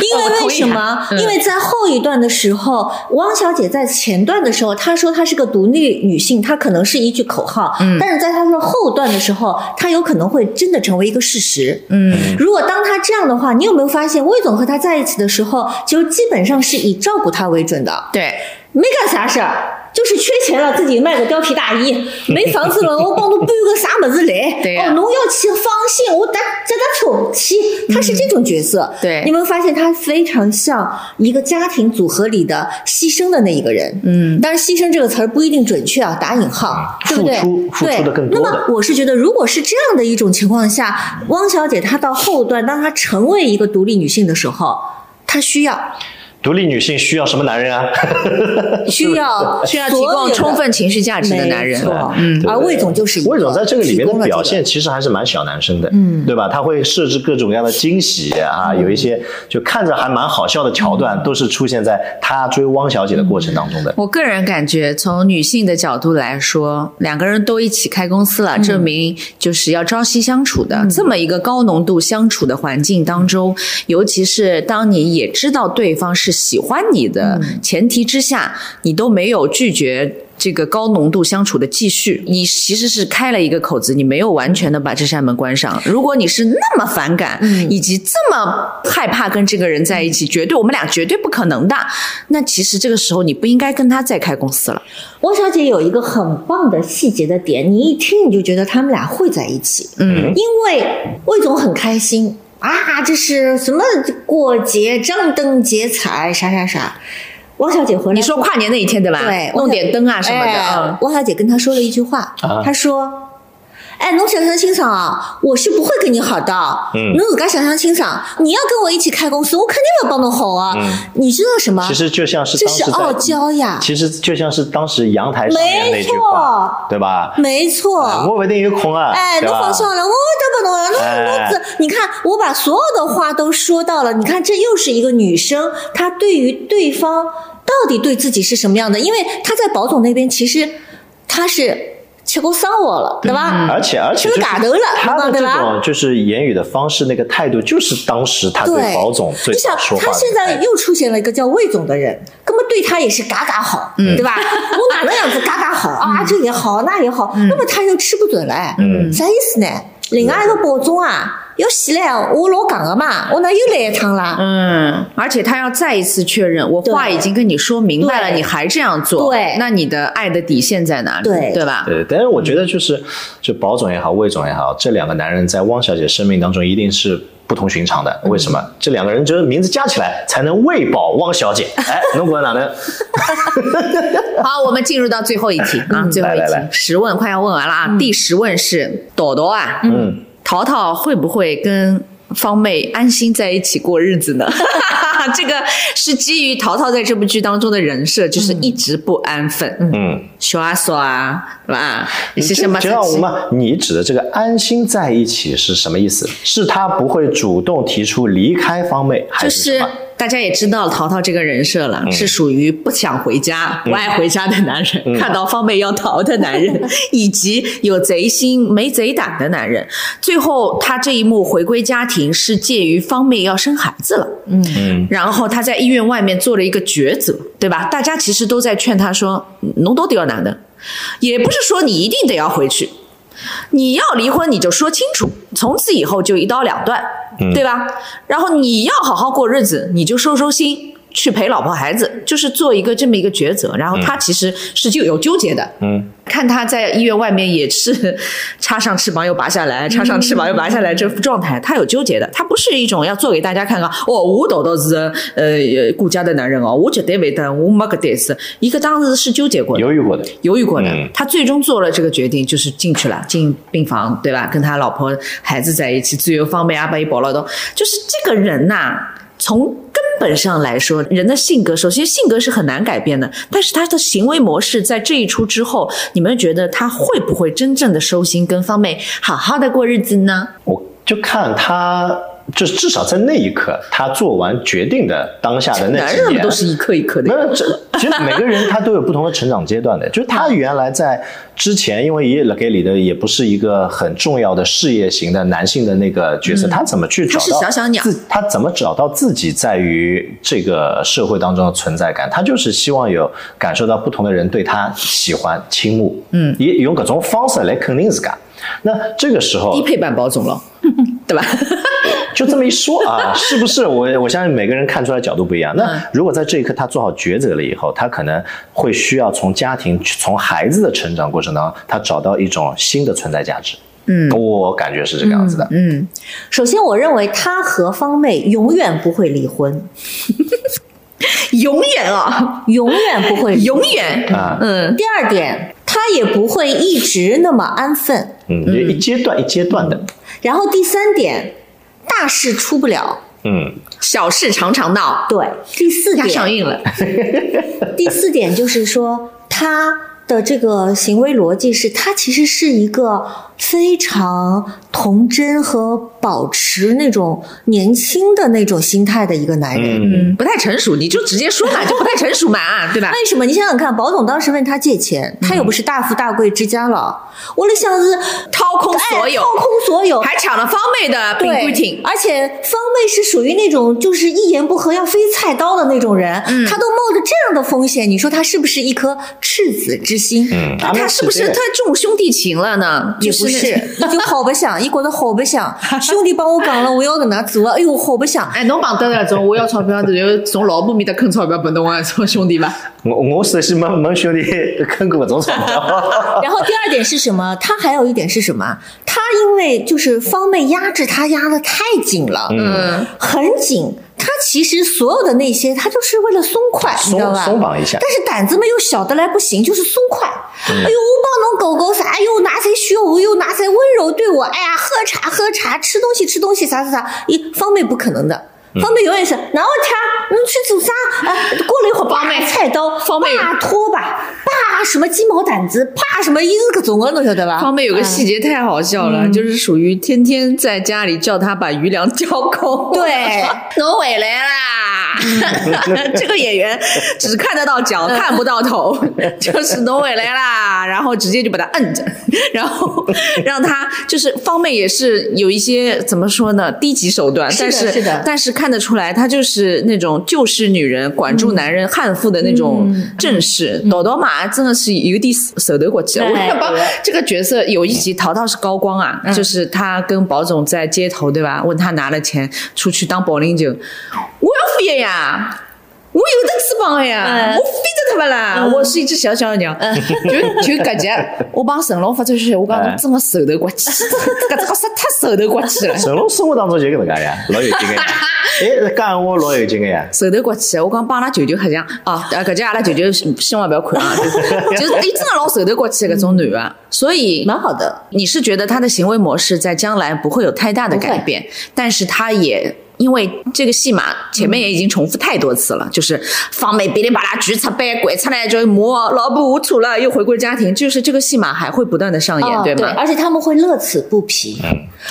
D: 因
B: 哦我
D: 为
B: 同
D: 为
B: 意
D: 什么？
E: 啊
D: 因
E: 嗯
D: 为在后一段的时候，汪小姐在前段的时候，她说她是个独立女性，她可能是一句口号，
E: 嗯
D: 但是在她的后段的时候，她有可能会真的成为一个事实。
B: 嗯，
D: 如果当她这样的话，你有没有发现魏总和她在一起的时候，就基本上是以照顾她为准的？
B: 对，
D: 没干啥事儿，就是缺钱了，自己卖个貂皮大衣；没房子了，我帮侬搬个啥么子来。
B: 对呀
D: 哦，侬要去放心，我搭这搭车去。他是这种角色，
B: 对
D: 你有没有发现他非常像一个家庭组合里的牺牲的那一个人？嗯，当然“牺牲”这个词儿不一定准确啊，打引号，对不对？
A: 付出付出
D: 对
A: 得更多的
D: 那么我是觉得，如果是这样的一种情况下，汪小姐她到后段，当她成为一个独立女性的时候，她需要
A: 独立女性需要什么男人 啊？
D: 需要
B: 需要提
D: 所
B: 供
D: 有的
B: 充分情绪价值的男人嗯
D: 没。错
A: 对不
D: 而
A: 对
D: 魏总就是一
A: 魏总在这个里面
D: 提供
A: 的
D: 了
A: 表
D: 这个
A: 现其实还是蛮小男生的，嗯，对吧？他会设置各种各样的惊喜啊，
D: 嗯
A: 有一些就看着还蛮好笑的桥段，都是出现在他追汪小姐的过程当中的。
D: 嗯
B: 我个人感觉，从女性的角度来说，两个人都一起开公司了，证明就是要朝夕相处的、这么一个高浓度相处的环境当中，尤其是当你也知道对方是喜欢你的前提之下，你都没有拒绝。这个高浓度相处的继续，你其实是开了一个口子，你没有完全的把这扇门关上。如果你是那么反感，
D: 嗯
B: 以及这么害怕跟这个人在一起，绝对我们俩绝对不可能的。那其实这个时候你不应该跟他再开公司了。
D: 汪小姐有一个很棒的细节的点，你一听你就觉得他们俩会在一起，
B: 嗯，
D: 因为魏总很开心啊，这是什么过节张灯结彩啥啥啥。汪小姐回来，
B: 你说跨年那一天对吧？
D: 对，
B: 弄点灯啊什么的
D: 哎
B: 啊。
D: 汪小姐跟他说了一句话，
A: 啊
D: 她说。哎，侬想想清爽啊！我是不会跟你好的。
A: 嗯
D: 侬自家想想清爽，你要跟我一起开公司，我肯定要帮侬好啊。
A: 嗯
D: 你知道什么？
A: 其实就像是
D: 这
A: 当时
D: 是
A: 在
D: 傲娇呀，
A: 其实就像是当时阳台上面那
D: 没
A: 句话，
D: 错，
A: 对吧？
D: 没错。
A: 我不一定有空啊，
D: 哎，
A: 对
D: 侬
A: 吧
D: 放？上了，我都不懂了。
A: 哎
D: 那我怎？你看，我把所有的话都说到了。你看，这又是一个女生，她对于对方到底对自己是什么样的？因为她在保总那边，其实她是吃过桑我了，对吧？
A: 而且而且
D: 吃
A: 就
D: 个
A: 是
D: 嘎头了，
A: 他的
D: 对
A: 这
D: 吧？
A: 种就是言语的方式，那个态度，就是当时他对
D: 对
A: 保总最
D: 就像
A: 早说话的哎
D: 他现
A: 态
D: 在
A: 度
D: 又出现了一个叫魏总的人，根本对他也是嘎嘎好，
A: 嗯
D: 对吧？我哪能样子嘎嘎好啊？这也好，那也好，那么他就吃不准了，哎
A: 嗯
D: 啥意思呢？另外一个保总啊，要死了，我老戆个嘛，我哪又来一趟啦？
B: 嗯，而且他要再一次确认，我话
D: 对
B: 已经跟你说明白了，
D: 对
B: 你还这样做，
D: 对
B: 那你的爱的底线在哪里？
D: 对
B: 对吧？
A: 对，但是我觉得
B: 嗯
A: 就是，就保总也好，魏总也好，这两个男人在汪小姐生命当中一定是不同寻常
B: 嗯
A: 的。为什么？这两个人就是名字加起来才能喂饱汪小姐。哎，侬管哪能？
B: 好，我们进入到最后一 题啊，最后一
A: 来
B: 题
A: 来来
B: 十问快要问完了啊，第十问是朵朵啊，
A: 嗯，
B: 淘淘会不会跟方妹安心在一起过日子呢？ 这个是基于淘淘在这部剧当中的人设，就是一直不安分，
A: 嗯，
B: 小啊小啊，是吧？你是
A: 这
B: 什么？
A: 就让我们你指的这个安心在一起是什么意思？是他不会主动提出离开方妹，还
B: 就是是
A: 什么？嗯
B: 大家也知道淘淘这个人设了，是属于不想回家、不爱回家的男人，
A: 嗯
B: 看到方妹要逃的男人， 以及有贼心没贼胆的男人。最后他这一幕回归家庭，是介于方妹要生孩子了，
A: 嗯，
B: 然后他在医院外面做了一个抉择，对吧？大家其实都在劝他说：“侬到底要哪能？也不是说你一定得要回去，你要离婚你就说清楚，从此以后就一刀两断，对吧？然后你要好好过日子，你就收收心。”去陪老婆孩子，就是做一个这么一个抉择。然后他其实是就有纠结的，
A: 嗯，
B: 看他在医院外面也是插上翅膀又拔下来，插上翅膀又拔下来这副状态，他有纠结的。他不是一种要做给大家看看，哦，我豆豆是呃顾家的男人哦，我绝对没得，我没个得是一个当时是纠结过的，
A: 犹豫过的，
B: 犹豫过的，
A: 嗯
B: 他最终做了这个决定，就是进去了，进病房，对吧？跟他老婆、孩子在一起，自由方面啊，把伊保了都，就是这个人呐、从根本上来说，人的性格，首先性格是很难改变的，但是他的行为模式在这一出之后，你们觉得他会不会真正的收心，跟方妹好好的过日子呢？
A: 我就看他，就是至少在那一刻，他做完决定的当下的那
B: 男
A: 几
B: 人
A: 年
B: 们都，是一颗一颗
A: 没
B: 的，
A: 有，这其实每个人他都有不同的成长阶段的。就是
B: 嗯
A: 他原来在之前，因为也给里的也不是一个很重要的事业型的男性的那个角色，他怎么去找
B: 嗯他是
A: 到
B: 小小鸟
A: 自他怎么找到自己在于这个社会当中的存在感？他就是希望有感受到不同的人对他喜欢、倾慕，嗯，也用各种方式来肯定自己。那这个时候，
B: 低配版保总了，对吧？
A: 就这么一说啊，是不是？我我相信每个人看出来角度不一样。那如果在这一刻他做好抉择了以后，他可能会需要从家庭、从孩子的成长过程当中，他找到一种新的存在价值。嗯，我感觉是这个样子的。
B: 嗯，
D: 首先，我认为他和方妹永远不会离婚，
B: 永远啊，
D: 永远不会离婚
B: 永远，
A: 啊，
B: 嗯。
D: 第二点，他也不会一直那么安分。
A: 嗯，也一阶段一阶段的，
D: 然后第三点，大事出不了。
A: 嗯，
B: 小事常常闹，
D: 对，第四
B: 他上
D: 点，
B: 映了，
D: 第四点就是说他的这个行为逻辑是，他其实是一个非常童真和保持那种年轻的那种心态的一个男人。
A: 嗯，
B: 不太成熟，你就直接说 嘛，就不太成熟嘛，啊对吧？
D: 为什么？你想想看，宝总当时问他借钱，他又不是大富大贵之家了，我的想是
B: 掏空所有哎
D: 哎掏空所有，
B: 还抢了方妹的冰
D: 对，
B: 棍挺，
D: 而且方妹是属于那种就是一言不合要飞菜刀的那种人，她都冒着这样的风险，你说她是不是一颗赤子之心？
A: 嗯
B: 那他是不是
A: 他们
B: 太重兄弟情了呢？
D: 也
B: 就那
D: 不是， 你就好白相，伊觉得好白 相，兄弟帮我讲了，我要搿能介做啊，哎哟，好白相。
B: 哎，侬碰到那种我要钞票，然后从老婆面搭坑钞票拨侬啊，种兄弟伐？
A: 我我是是没没兄弟坑过搿种钞票，
D: 然后第二点是什么？他还有一点是什么？他因为就是方妹压制他压的太紧了，
B: 嗯，
D: 很紧。他其实所有的那些，他就是为了松快，你知道
A: 松
D: 吧？
A: 松绑一 下，
D: 但是胆子嘛又小的来不行，就是松快。哎呦，我帮侬狗狗啥？哎呦，哪才需要我？又哪才温柔对我？哎呀，喝茶喝茶，吃东西吃东西，啥啥啥？一方妹不可能的。
A: 嗯
D: 方妹永远是哪我天，你去做啥？哎，过了一会儿，
B: 方妹
D: 啪菜刀，
B: 方妹
D: 啪拖把，啪什么鸡毛掸子，啪什么一个各种的，侬晓得吧？
B: 方妹有个细节太好笑了，就是属于天天在家里叫他把余粮挑 空，
D: 对，
B: 侬回来啦！ 这个演员只看得到脚，看不到头， 就是侬回来啦，然后直接就把他摁着， 然后让他就是方妹也是有一些怎么说呢，低级手段，
D: 是
B: 但
D: 的
B: 是
D: 是的
B: 但是看得出来，她就是那种就是女人管
D: 嗯
B: 住男人汉妇的那种正式。豆豆嘛，真的是有点手头过去了。啊
D: 哎
B: 我看帮
D: 嗯对嗯
B: 这个角色有一集淘淘是高光啊，就是他跟宝总在街头对吧？问他拿了钱出去当保龄球，我要飞呀。我有的翅膀呀，
D: 嗯
B: 我飞着它们啦！我是一只小小鸟，就就感觉我帮沈龙发出去，我讲
A: 哎
D: 嗯
B: 侬真的手头过去， 搿这个实太手头过去了。
A: 成龙生活当中就是搿能介呀，老有劲个呀，哎，讲闲话老有劲个呀。
B: 手头过去，我讲帮阿拉舅舅黑相啊，呃搿节阿拉舅舅千万不要看啊， 就是就是伊真的老手头过去的搿种男的，所以
D: 蛮好的。
B: 你是觉得他的行为模式在将来不会有太大的改变，但是他也。因为这个戏码前面也已经重复太多次了，就是方美哔哩吧啦举出杯滚出来就磨，老婆无处了，又回归家庭，就是这个戏码还会不断的上演，
D: 哦，
B: 对
D: 对，
B: 吗？嗯
D: 而且他们会乐此不疲，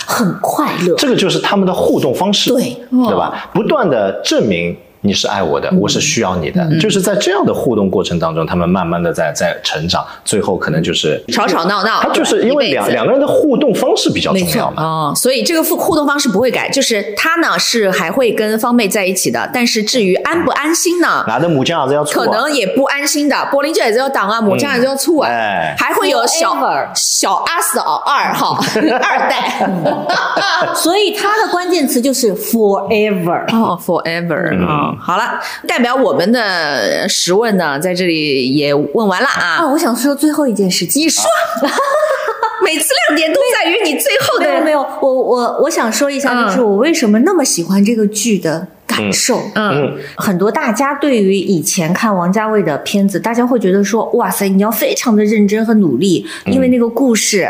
D: 很快乐。
A: 这个就是他们的互动方式，
D: 对
A: 对
B: 哦
A: 吧？不断的证明你是爱我的，
B: 嗯
A: 我是需要你的，就是在这样的互动过程当中，他们慢慢的在在成长，最后可能就是
B: 吵吵闹闹，
A: 他就是因为
B: 一辈
A: 两
B: 子
A: 两个人的互动方式比较重要嘛，
B: 哦，所以这个互互动方式不会改，就是他呢是还会跟方妹在一起的，但是至于安不安心呢？
A: 拿的母将还是要嗯错
B: 可能也不安心的，柏林就也是要挡啊，抹酱也是要醋啊，
A: 嗯哎
B: 还会有小
D: Forever
B: 小阿死哦二号 二代
D: 所以他的关键词就是 forever。
A: 嗯
B: 哦，forever 啊，好了，代表我们的十问呢，在这里也问完了啊。
D: 啊，我想说最后一件事 情。
B: 你说，每次亮点都在于你最后
D: 没有
B: 的
D: 没有，我我我想说一下，就是我为什么那么喜欢这个剧的感受。
B: 嗯
A: 嗯
D: 很多大家对于以前看王家卫的片子，大家会觉得说，哇塞，你要非常的认真和努力，因为那个故事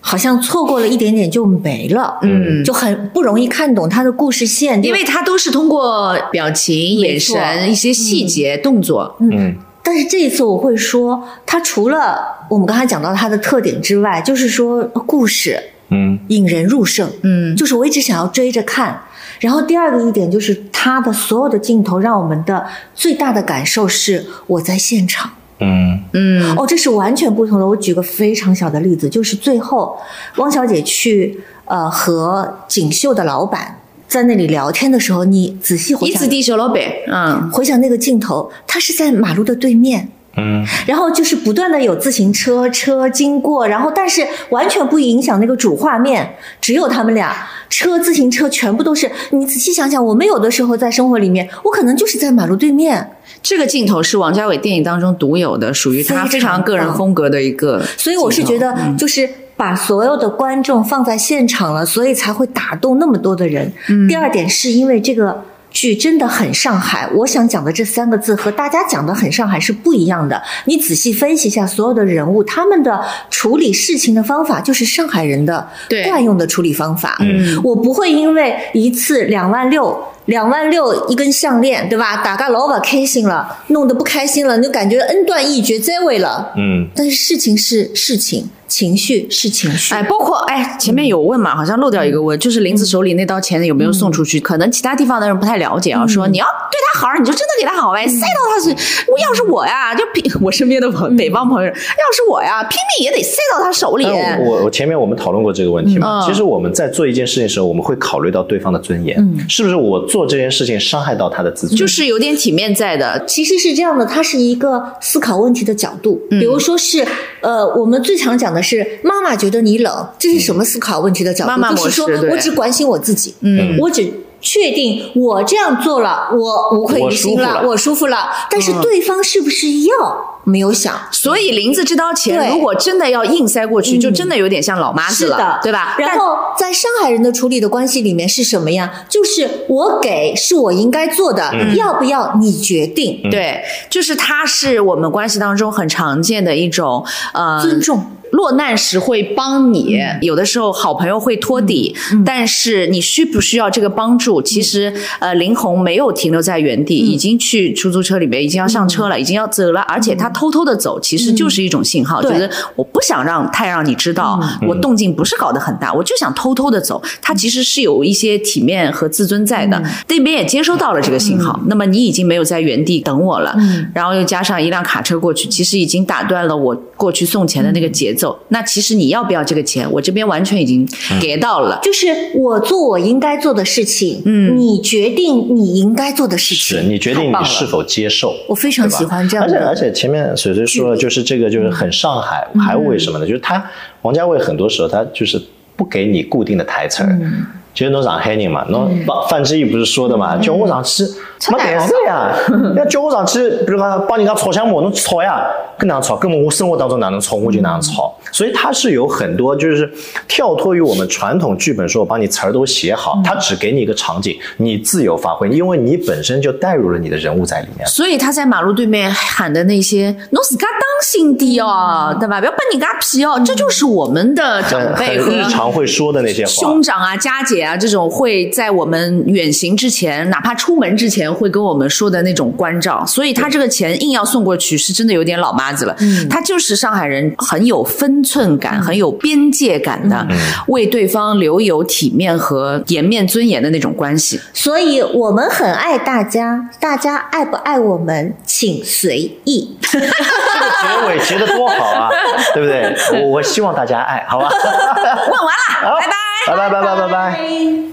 D: 好像错过了一点点就没了，
A: 嗯
D: 就很不容易看懂它的故事线，就
B: 因为它都是通过表情、眼
D: 没错
B: 神、一些细节、动作，
A: 嗯
D: 但是这一次我会说，它除了我们刚才讲到它的特点之外，就是说故事
A: 嗯
D: 引人入胜，
B: 嗯
D: 就是我一直想要追着看。然后第二个一点就是它的所有的镜头让我们的最大的感受是我在现场。
A: 嗯
B: 嗯
D: 哦，这是完全不同的。我举个非常小的例子，就是最后汪小姐去呃和锦绣的老板在那里聊天的时候，你仔细回
B: 一
D: 想
B: 直地小老板，嗯
D: 回想那个镜头，她是在马路的对面。
A: 嗯
D: 然后就是不断的有自行车车经过，然后但是完全不影响那个主画面，只有他们俩车自行车全部都是。你仔细想想，我们有的时候在生活里面，我可能就是在马路对面，
B: 这个镜头是王家卫电影当中独有的，属于他非
D: 非
B: 常
D: 常
B: 个人
D: 棒
B: 风格的一个镜头。
D: 所以我是觉得
B: 嗯
D: 就是。把所有的观众放在现场了，所以才会打动那么多的人。
B: 嗯
D: 第二点是因为这个剧真的很上海，我想讲的这三个字和大家讲的很上海是不一样的。你仔细分析一下所有的人物，他们的处理事情的方法就是上海人的
B: 对
D: 惯用的处理方法。
B: 嗯
D: 我不会因为一次两万六。两万六一根项链，对吧？大家老不开心了，弄得不开心了，你就感觉恩断义绝，再会了。
A: 嗯
D: 但是事情是事情，情绪是情绪。
B: 哎，包括哎，前面有问嘛，好像漏掉一个问，就是林子手里那刀钱有没有送出去？可能其他地方的人不太了解啊，说你要对他好，你就真的给他好哎呗，塞到他嘴。我要是我呀，就拼我身边的朋北方朋友，要是我呀，拼命也得塞到他手里。哎
A: 但我我前面我们讨论过这个问题嘛，
B: 嗯
A: 其实我们在做一件事情的时候，我们会考虑到对方的尊严，
B: 嗯
A: 是不是我做这件事情伤害到他的自尊？
B: 就是有点体面在的，
D: 其实是这样的，它是一个思考问题的角度。比如说是，呃，我们最常讲的是妈妈觉得你冷，这是什么思考问题的角度？
B: 妈妈模
D: 就
B: 式
D: 是说
B: 对
D: 我只关心我自己，
B: 嗯
D: 我只。确定我这样做了，我无愧
A: 我
D: 于心
A: 舒服了
D: 我舒服了。但是
B: 嗯
D: 对方是不是要没有想？
B: 所以林子这刀钱
D: 对嗯
B: 如果真的要硬塞过去，就真的有点像老妈子
D: 是
B: 了
D: 的，，
B: 对吧？
D: 然后在上海人的处理的关系里面是什么呀？就是我给是我应该做的，要不要你决定。
B: 对，就是它是我们关系当中很常见的一种呃
D: 尊重。
B: 落难时会帮你，有的时候好朋友会托底，但是你需不需要这个帮助？其实，呃，林红没有停留在原地，已经去出租车里面，已经要上车了，已经要走了，而且他偷偷的走，其实就是一种信号，
D: 对
B: 就是我不想让太让你知道我动静不是搞得很大，我就想偷偷的走。他其实是有一些体面和自尊在的，那边也接收到了这个信号，那么你已经没有在原地等我了，
D: 嗯
B: 然后又加上一辆卡车过去，其实已经打断了我过去送钱的那个节
A: 嗯
B: 奏。那其实你要不要这个钱，我这边完全已经给到了。
A: 嗯
D: 就是我做我应该做的事情，
B: 嗯
D: 你决定你应该做的事
A: 是
D: 情。
A: 你决定
B: 太棒
A: 你
B: 了
A: 是否接受。
D: 我非常喜欢这样
A: 而且而
D: 的，嗯
A: 且前面水水说了，就是这个就是很上海，还有为什么呢？就是他王家卫很多时候他就是不给你固定的台词儿。
D: 嗯
A: 其实侬上海人嘛，侬范范志毅不是说的嘛，叫我上去没台词 呀，要叫我上去，比如讲帮人家吵相骂，侬吵呀，跟哪样吵？根本我生活当中哪能吵我就哪样吵。
D: 嗯
A: 所以他是有很多就是跳脱于我们传统剧本，说我把你词儿都写
D: 嗯
A: 好，他只给你一个场景，你自由发挥，因为你本身就带入了你的人物在里面。
B: 所以他在马路对面喊的那些“侬自家当心
A: 嗯
B: 点哦，对吧？不要把人家骗哦”，这就是我们的长
A: 很嗯很
B: 辈和
A: 日常会说的那些话
B: 兄。长啊、家姐啊这种会在我们远行之前，哪怕出门之前会跟我们说的那种关照，所以他这个钱硬要送过去，是真的有点老妈子了。他就是上海人，很有分寸感、很有边界感的，为对方留有体面和颜面尊严的那种关系。
D: 所以我们很爱大家，大家爱不爱我们，请随意。
A: 这个结尾结的多好啊，对不对？我我希望大家爱，好吧？
B: 问完了，
A: 好
B: 拜拜。
A: 拜拜拜拜拜拜。